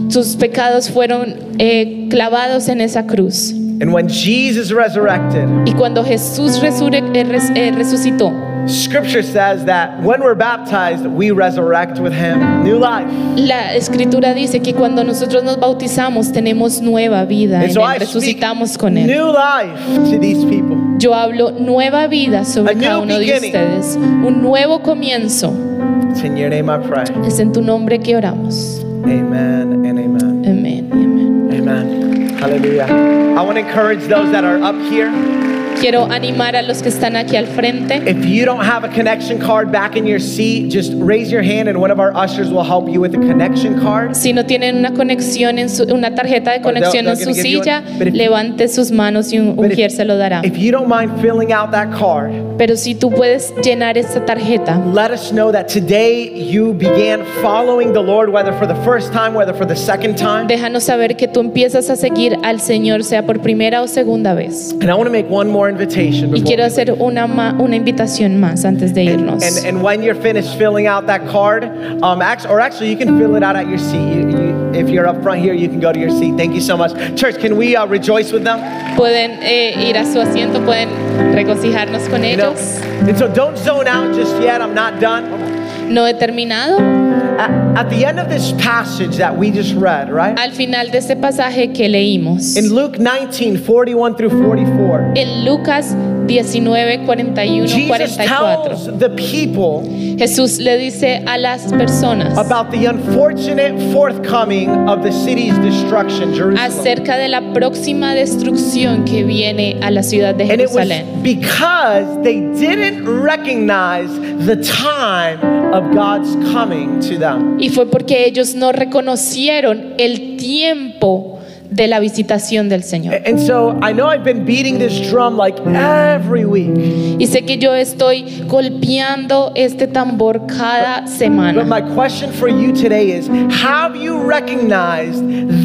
Speaker 2: Sus pecados fueron eh, clavados en esa cruz.
Speaker 1: And when Jesus resurrected,
Speaker 2: Y cuando Jesús resurre- eh, res- eh, resucitó,
Speaker 1: Scripture says that when we're baptized, we resurrect with Him. New life.
Speaker 2: la escritura dice que cuando nosotros nos bautizamos tenemos nueva vida,
Speaker 1: And
Speaker 2: en
Speaker 1: so
Speaker 2: Él,
Speaker 1: I speak
Speaker 2: resucitamos con Él.
Speaker 1: new life to these people.
Speaker 2: Yo hablo nueva vida
Speaker 1: A
Speaker 2: sobre
Speaker 1: new
Speaker 2: cada uno de
Speaker 1: beginning.
Speaker 2: ustedes, un nuevo comienzo.
Speaker 1: It's in your name I pray.
Speaker 2: Es en tu nombre que oramos.
Speaker 1: Amen and amen.
Speaker 2: Amén. y amén.
Speaker 1: Amen. Hallelujah. I want to encourage those that are up here.
Speaker 2: Quiero animar a los que están aquí al frente.
Speaker 1: If you don't have a connection card back in your seat, just raise your hand and one of our ushers will help you with the connection card.
Speaker 2: Si no tienen una conexión en su- una tarjeta
Speaker 1: they're-
Speaker 2: de conexión en
Speaker 1: they're
Speaker 2: su
Speaker 1: gonna give you
Speaker 2: silla,
Speaker 1: one. But if-
Speaker 2: levante sus manos y un
Speaker 1: But if-
Speaker 2: ujier se lo dará.
Speaker 1: If you don't mind filling out that card,
Speaker 2: Pero si tú puedes llenar esta tarjeta
Speaker 1: let us know that today you began following the Lord, whether for the first time, whether for the second time.
Speaker 2: Déjanos saber que tú empiezas a seguir al Señor, sea por primera o segunda vez.
Speaker 1: And I want to make one more invitation.
Speaker 2: Y
Speaker 1: before-
Speaker 2: quiero hacer una, ma- una invitación más antes de irnos.
Speaker 1: And, and when you're finished filling out that card, um, act, or actually, you can fill it out at your seat. You, you, if you're up front here, you can go to your seat. Thank you so much. Church, can we uh, rejoice with them?
Speaker 2: Pueden eh, ir a su asiento, pueden regocijarnos con
Speaker 1: You know?
Speaker 2: ellos.
Speaker 1: And so don't zone out just yet. I'm not done.
Speaker 2: No he terminado.
Speaker 1: At, at the end of this passage that we just read, right?
Speaker 2: Al final de este pasaje que leímos,
Speaker 1: In Luke 19 41 through 44,
Speaker 2: en Lucas 19, 41,
Speaker 1: Jesus
Speaker 2: 44,
Speaker 1: tells the people
Speaker 2: Jesús le dice a las personas
Speaker 1: about the unfortunate forthcoming of the city's destruction, Jerusalem.
Speaker 2: acerca de la próxima destrucción que viene a la ciudad de
Speaker 1: And it was
Speaker 2: Jerusalén.
Speaker 1: because they didn't recognize the time of God's coming to them.
Speaker 2: Y fue porque ellos no reconocieron el tiempo de la visitación del Señor.
Speaker 1: A- And so I know I've been beating this drum like every week,
Speaker 2: Y sé que yo estoy golpeando este tambor cada
Speaker 1: but
Speaker 2: semana.
Speaker 1: my question for you today is have you recognized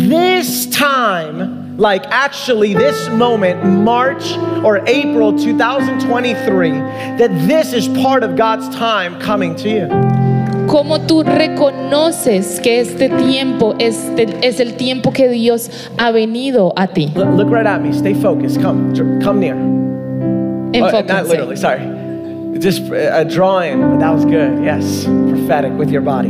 Speaker 1: this time, like actually this moment, March or April 2023, that this is part of God's time coming to you?
Speaker 2: ¿Cómo tú reconoces que este tiempo es, de- es el tiempo que Dios ha venido a ti?
Speaker 1: Look look right at me, stay focused, come, dr- come near. Oh, not
Speaker 2: Enfóquense.
Speaker 1: literally, sorry. Just uh, a drawing, but that was good. Yes, prophetic with your body.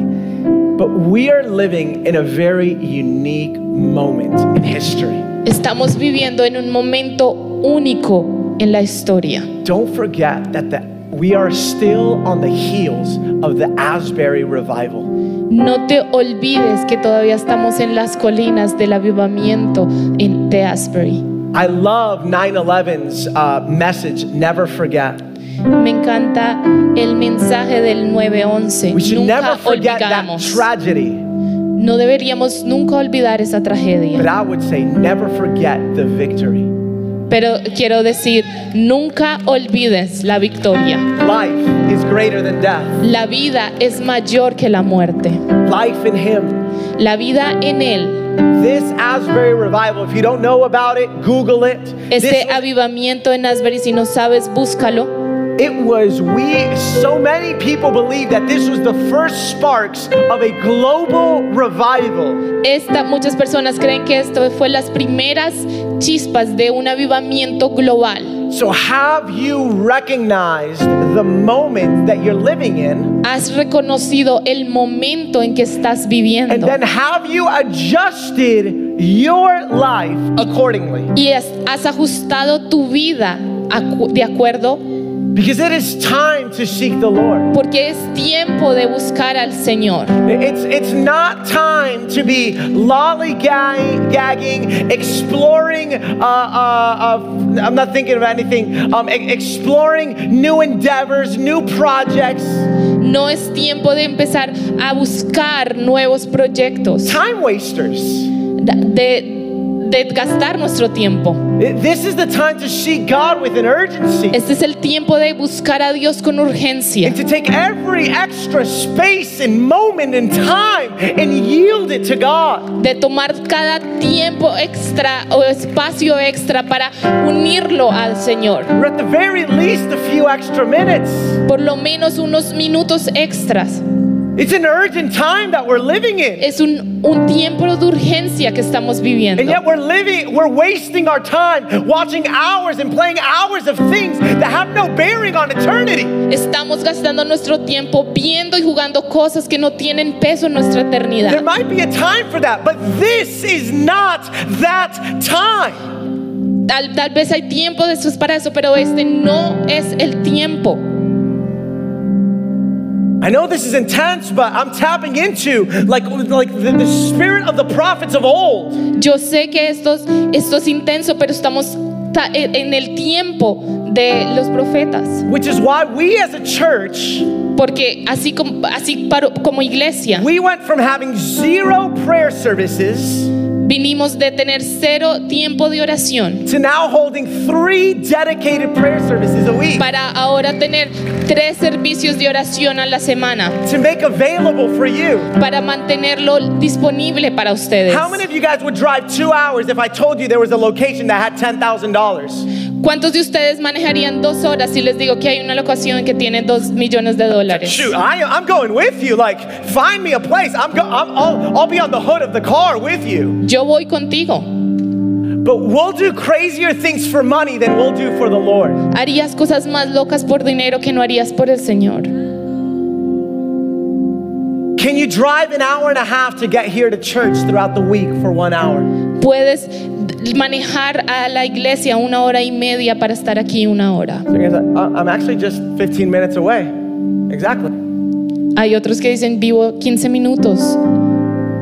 Speaker 1: But we are living in a very unique moment in history.
Speaker 2: Estamos viviendo en un momento único en la historia.
Speaker 1: Don't forget that the, we are still on the heels of the Asbury revival.
Speaker 2: No te olvides que todavía estamos en las colinas del avivamiento en, de Asbury.
Speaker 1: I love 9 11's uh, message, never forget.
Speaker 2: Me encanta el mensaje del
Speaker 1: We
Speaker 2: 911.
Speaker 1: should
Speaker 2: Nunca
Speaker 1: never forget that
Speaker 2: olvidamos.
Speaker 1: tragedy,
Speaker 2: No deberíamos nunca olvidar esa
Speaker 1: but
Speaker 2: tragedia.
Speaker 1: I would say never forget the victory.
Speaker 2: Pero quiero decir, nunca olvides la victoria.
Speaker 1: Life is greater than death,
Speaker 2: La vida es mayor que la muerte.
Speaker 1: life in Him.
Speaker 2: La vida en Él.
Speaker 1: This Asbury revival, if you don't know about it, Google it. This-
Speaker 2: Este avivamiento en Asbury, si no sabes, búscalo.
Speaker 1: it was we, so many people believe that this was the first sparks of a global revival.
Speaker 2: Esta, muchas personas creen que esto fue las primeras chispas de un avivamiento global.
Speaker 1: So, have you recognized the moment that you're living in?
Speaker 2: Has reconocido el momento en que estás
Speaker 1: And
Speaker 2: viviendo.
Speaker 1: then, have you adjusted your life accordingly?
Speaker 2: y has, has ajustado tu vida acu- de acuerdo
Speaker 1: Because it is time to seek the Lord.
Speaker 2: porque es tiempo de buscar al Señor.
Speaker 1: It's, it's not time to be lollygagging, exploring, uh, uh, uh, I'm not thinking of anything, um, e- exploring new endeavors, new projects.
Speaker 2: No es tiempo de empezar a buscar nuevos proyectos,
Speaker 1: Time wasters.
Speaker 2: da- de, de gastar nuestro tiempo.
Speaker 1: This is the time to seek God with an urgency
Speaker 2: Este es el tiempo de buscar a Dios con urgencia
Speaker 1: and to take every extra space and moment and time and yield it to God.
Speaker 2: de tomar cada tiempo extra o espacio extra para unirlo al Señor.
Speaker 1: Or at the very least, a few extra minutes.
Speaker 2: Por lo menos unos minutos extras.
Speaker 1: It's an urgent time that we're living in.
Speaker 2: Es un, un tiempo de urgencia que estamos viviendo.
Speaker 1: And yet we're living, we're wasting our time watching hours and playing hours of things that have no bearing on eternity.
Speaker 2: Estamos gastando nuestro tiempo viendo y jugando cosas que no tienen peso en nuestra
Speaker 1: There
Speaker 2: eternidad.
Speaker 1: might be a time for that, but this is not that time.
Speaker 2: Tal, tal vez hay tiempo de eso para eso, pero este no es el tiempo.
Speaker 1: I know this is intense, but I'm tapping into like, like the, the spirit of the prophets of old.
Speaker 2: Yo sé que esto es, esto es intenso, pero estamos ta- en en el tiempo de los profetas.
Speaker 1: Which is why we as a church,
Speaker 2: Porque así como, así paro- como iglesia,
Speaker 1: we went from having zero prayer services
Speaker 2: vinimos de tener cero tiempo de oración
Speaker 1: to now holding three dedicated prayer services a week.
Speaker 2: para ahora tener tres servicios de oración a la semana.
Speaker 1: to make available for you.
Speaker 2: para mantenerlo disponible para ustedes.
Speaker 1: How many of you guys would drive two hours if I told you there was a location that had ten thousand dollars?
Speaker 2: ¿Cuántos de ustedes manejarían dos horas si les digo que hay una locación que tiene dos millones de dólares?
Speaker 1: Shoot, I, I'm going with you. Like, find me a place. I'm go, I'm, I'll, I'll be on the hood of the car with you.
Speaker 2: Yo voy contigo.
Speaker 1: But we'll do crazier things for money than we'll do for the Lord.
Speaker 2: Harías cosas más locas por dinero que no harías por el Señor.
Speaker 1: Can you drive an hour and a half to get here to church throughout the week for one hour?
Speaker 2: Puedes d- manejar a la iglesia una hora y media para estar aquí una hora.
Speaker 1: So you're gonna say, "Uh, I'm actually just 15 minutes away. Exactly.
Speaker 2: Hay otros que dicen vivo 15 minutos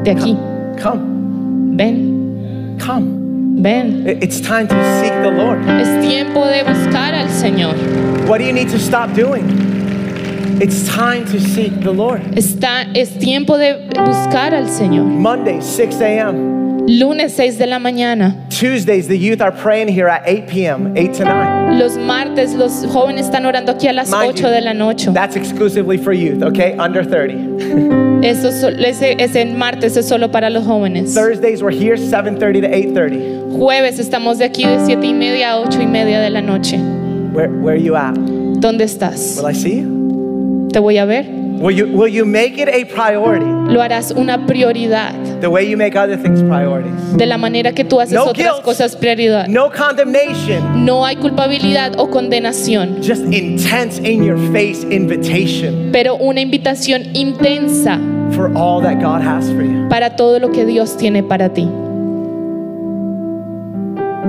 Speaker 2: de aquí.
Speaker 1: Come,
Speaker 2: Ven,
Speaker 1: come.
Speaker 2: ven.
Speaker 1: It- It's time to seek the Lord.
Speaker 2: Es tiempo de buscar al Señor.
Speaker 1: What do you need to stop doing? It's time to seek the Lord.
Speaker 2: Está, es tiempo de buscar al Señor.
Speaker 1: Monday, 6 a.m.
Speaker 2: Lunes 6 de la mañana.
Speaker 1: Tuesdays, the youth are praying here at 8 p.m., 8 to 9.
Speaker 2: Los martes los jóvenes están orando aquí a las
Speaker 1: Mind
Speaker 2: 8
Speaker 1: you,
Speaker 2: de la noche.
Speaker 1: That's exclusively for youth, okay? Under 30.
Speaker 2: Eso so- ese, ese martes es solo para los jóvenes.
Speaker 1: Thursdays, we're here 7.30 to 8.30.
Speaker 2: Jueves estamos de aquí de 7 y media a 8 y media de la noche.
Speaker 1: Where, where are you at?
Speaker 2: ¿Dónde estás?
Speaker 1: Will I see you?
Speaker 2: Te voy a ver.
Speaker 1: Will you? Will you make it a priority
Speaker 2: Lo harás una prioridad
Speaker 1: the way you make other things priorities?
Speaker 2: de la manera que tú haces
Speaker 1: No
Speaker 2: otras
Speaker 1: guilt.
Speaker 2: cosas prioridad.
Speaker 1: No condemnation,
Speaker 2: No hay culpabilidad o condenación,
Speaker 1: just intense in your face invitation
Speaker 2: pero una invitación intensa
Speaker 1: for all that God has for you.
Speaker 2: para todo lo que Dios tiene para ti.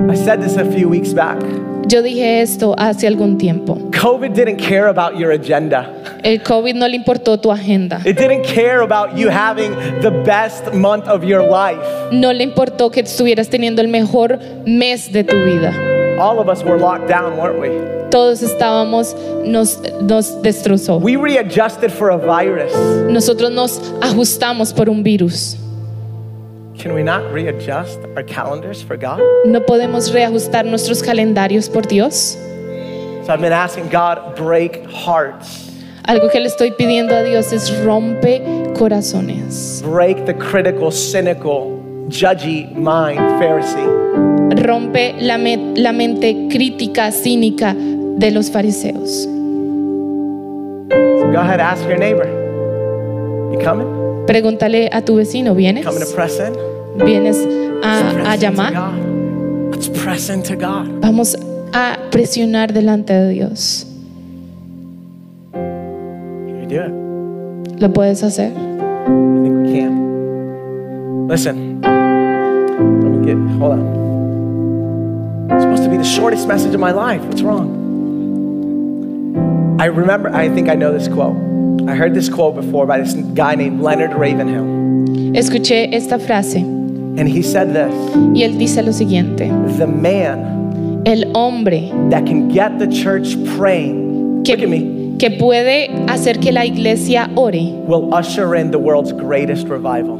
Speaker 1: I said this a few weeks back.
Speaker 2: Yo dije esto hace algún tiempo.
Speaker 1: COVID didn't care about your agenda.
Speaker 2: El COVID no le importó tu agenda.
Speaker 1: It didn't care about you having the best month of your life.
Speaker 2: No le importó que estuvieras teniendo el mejor mes de tu vida.
Speaker 1: All of us were locked down, weren't we?
Speaker 2: Todos estábamos, nos, nos destrozó.
Speaker 1: We readjusted for a virus.
Speaker 2: Nosotros nos ajustamos por un virus.
Speaker 1: Can we not readjust our calendars for God?
Speaker 2: No podemos reajustar nuestros calendarios por Dios.
Speaker 1: So I've been asking God, break hearts,
Speaker 2: Algo que le estoy pidiendo a Dios es rompe corazones.
Speaker 1: break the critical, cynical, judgy mind, Pharisee.
Speaker 2: Rompe la, me- la mente crítica, cínica de los fariseos.
Speaker 1: So go ahead, ask your neighbor. You coming?
Speaker 2: Pregúntale a tu vecino, ¿vienes?
Speaker 1: Coming to press in?
Speaker 2: ¿Vienes
Speaker 1: Let's
Speaker 2: a, a
Speaker 1: press into
Speaker 2: llamar?
Speaker 1: God. Let's press into God.
Speaker 2: Vamos a presionar delante de Dios.
Speaker 1: Can you do it?
Speaker 2: ¿Lo puedes hacer?
Speaker 1: I think we can. Listen. Let me get hold on. It's supposed to be the shortest message of my life. What's wrong? I remember I think I know this quote. I heard this quote before by this guy named Leonard Ravenhill.
Speaker 2: Escuché esta frase
Speaker 1: And he said this
Speaker 2: y él dice lo siguiente.
Speaker 1: the man
Speaker 2: El hombre
Speaker 1: that can get the church praying, look at me,
Speaker 2: que, que puede hacer que la iglesia ore
Speaker 1: will usher in the world's greatest revival.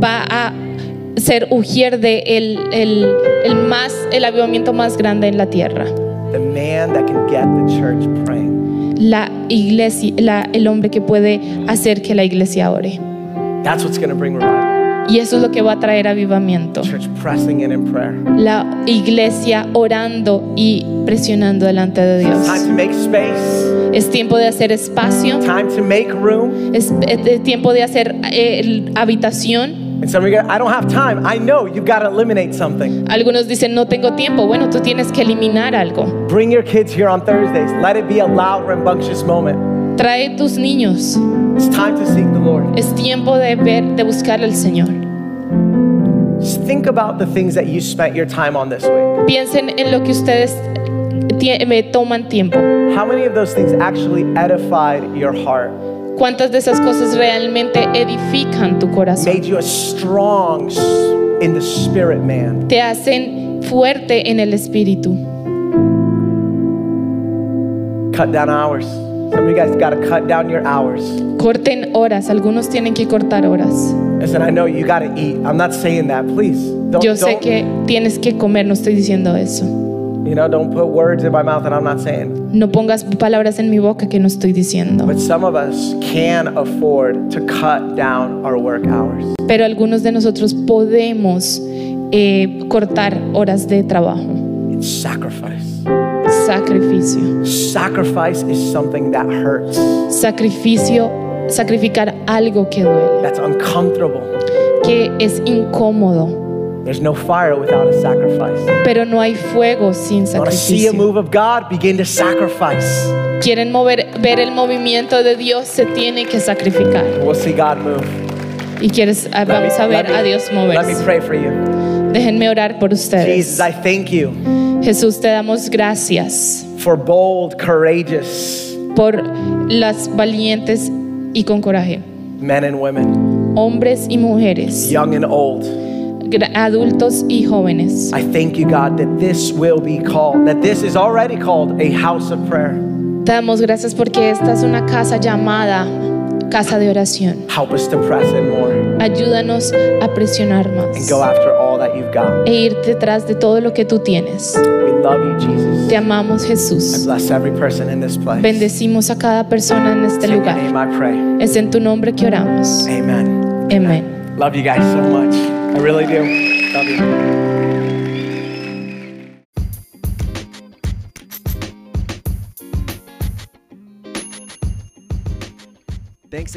Speaker 2: va a ser Ujierde el, el, el más, el avivamiento más grande en la tierra.
Speaker 1: The man that can get the church praying.
Speaker 2: La iglesia, la- el hombre que puede hacer que la iglesia ore.
Speaker 1: That's what's going to bring revival.
Speaker 2: Y eso es lo que va a traer avivamiento.
Speaker 1: Church pressing in in prayer.
Speaker 2: La iglesia orando y presionando delante de
Speaker 1: Time
Speaker 2: Dios.
Speaker 1: to make space.
Speaker 2: Es tiempo de hacer espacio,
Speaker 1: Time to make room.
Speaker 2: es, es- es tiempo de hacer eh, el- habitación.
Speaker 1: And some of you, guys, I don't have time. I know you've got to eliminate something.
Speaker 2: Algunos dicen, no tengo tiempo. Bueno, tú tienes que eliminar algo.
Speaker 1: Bring your kids here on Thursdays. Let it be a loud, rambunctious moment.
Speaker 2: Trae tus niños.
Speaker 1: It's time to seek the Lord.
Speaker 2: Es tiempo de ver, de buscar al Señor.
Speaker 1: Just think about the things that you spent your time on this week.
Speaker 2: Piensen en lo que ustedes tie- me toman tiempo.
Speaker 1: How many of those things actually edified your heart,
Speaker 2: ¿Cuántas de esas cosas realmente edifican tu corazón?
Speaker 1: made you a strong s- in the spirit man?
Speaker 2: Te hacen fuerte en el espíritu.
Speaker 1: Cut down hours. Some of you guys got to cut down your hours.
Speaker 2: Corten horas, algunos tienen que cortar horas.
Speaker 1: Listen, I know you got to eat. I'm not saying that. Please, don't,
Speaker 2: Yo sé
Speaker 1: don't
Speaker 2: que tienes que comer, no estoy diciendo eso.
Speaker 1: you know, don't put words in my mouth that I'm not saying.
Speaker 2: No pongas palabras en mi boca que no estoy diciendo.
Speaker 1: But some of us can afford to cut down our work hours.
Speaker 2: Pero algunos de nosotros podemos eh, cortar horas de trabajo.
Speaker 1: It's sacrifice.
Speaker 2: Sacrificio.
Speaker 1: Sacrifice is something that hurts,
Speaker 2: Sacrificio, sacrificar algo que duele,
Speaker 1: that's uncomfortable.
Speaker 2: que es incómodo.
Speaker 1: There's no fire without a sacrifice.
Speaker 2: Pero no hay fuego sin
Speaker 1: Want to see a
Speaker 2: sacrificio.
Speaker 1: move of God? Begin to sacrifice.
Speaker 2: Quieren mover, ver el movimiento de Dios, se tiene que sacrificar.
Speaker 1: We'll see God move.
Speaker 2: Y quieres, ah,
Speaker 1: Let me-
Speaker 2: vamos a ver
Speaker 1: let me-
Speaker 2: a Dios
Speaker 1: Let me
Speaker 2: moverse.
Speaker 1: pray for you.
Speaker 2: Déjenme orar por
Speaker 1: Jesus,
Speaker 2: ustedes.
Speaker 1: I thank you
Speaker 2: Jesús, te damos gracias
Speaker 1: for bold, courageous
Speaker 2: por las valientes y con coraje,
Speaker 1: men and women,
Speaker 2: hombres y mujeres,
Speaker 1: young and old.
Speaker 2: gra- adultos y jóvenes.
Speaker 1: I thank you, God, that this will be called, that this is already called a house of prayer.
Speaker 2: Te damos gracias porque esta es una casa llamada casa de oración.
Speaker 1: Help us to press in more
Speaker 2: Ayúdanos a presionar
Speaker 1: and
Speaker 2: más
Speaker 1: go after all that you've got.
Speaker 2: e ir detrás de todo lo que tú tienes.
Speaker 1: We love you, Jesus.
Speaker 2: Te amamos,
Speaker 1: I
Speaker 2: Jesús.
Speaker 1: bless every person in this place. It's
Speaker 2: Bendecimos a cada persona en este
Speaker 1: in your
Speaker 2: lugar.
Speaker 1: name I pray.
Speaker 2: Es en tu nombre que oramos.
Speaker 1: Amen.
Speaker 2: Amén.
Speaker 1: Love you guys so much. I really do. Love you. Thanks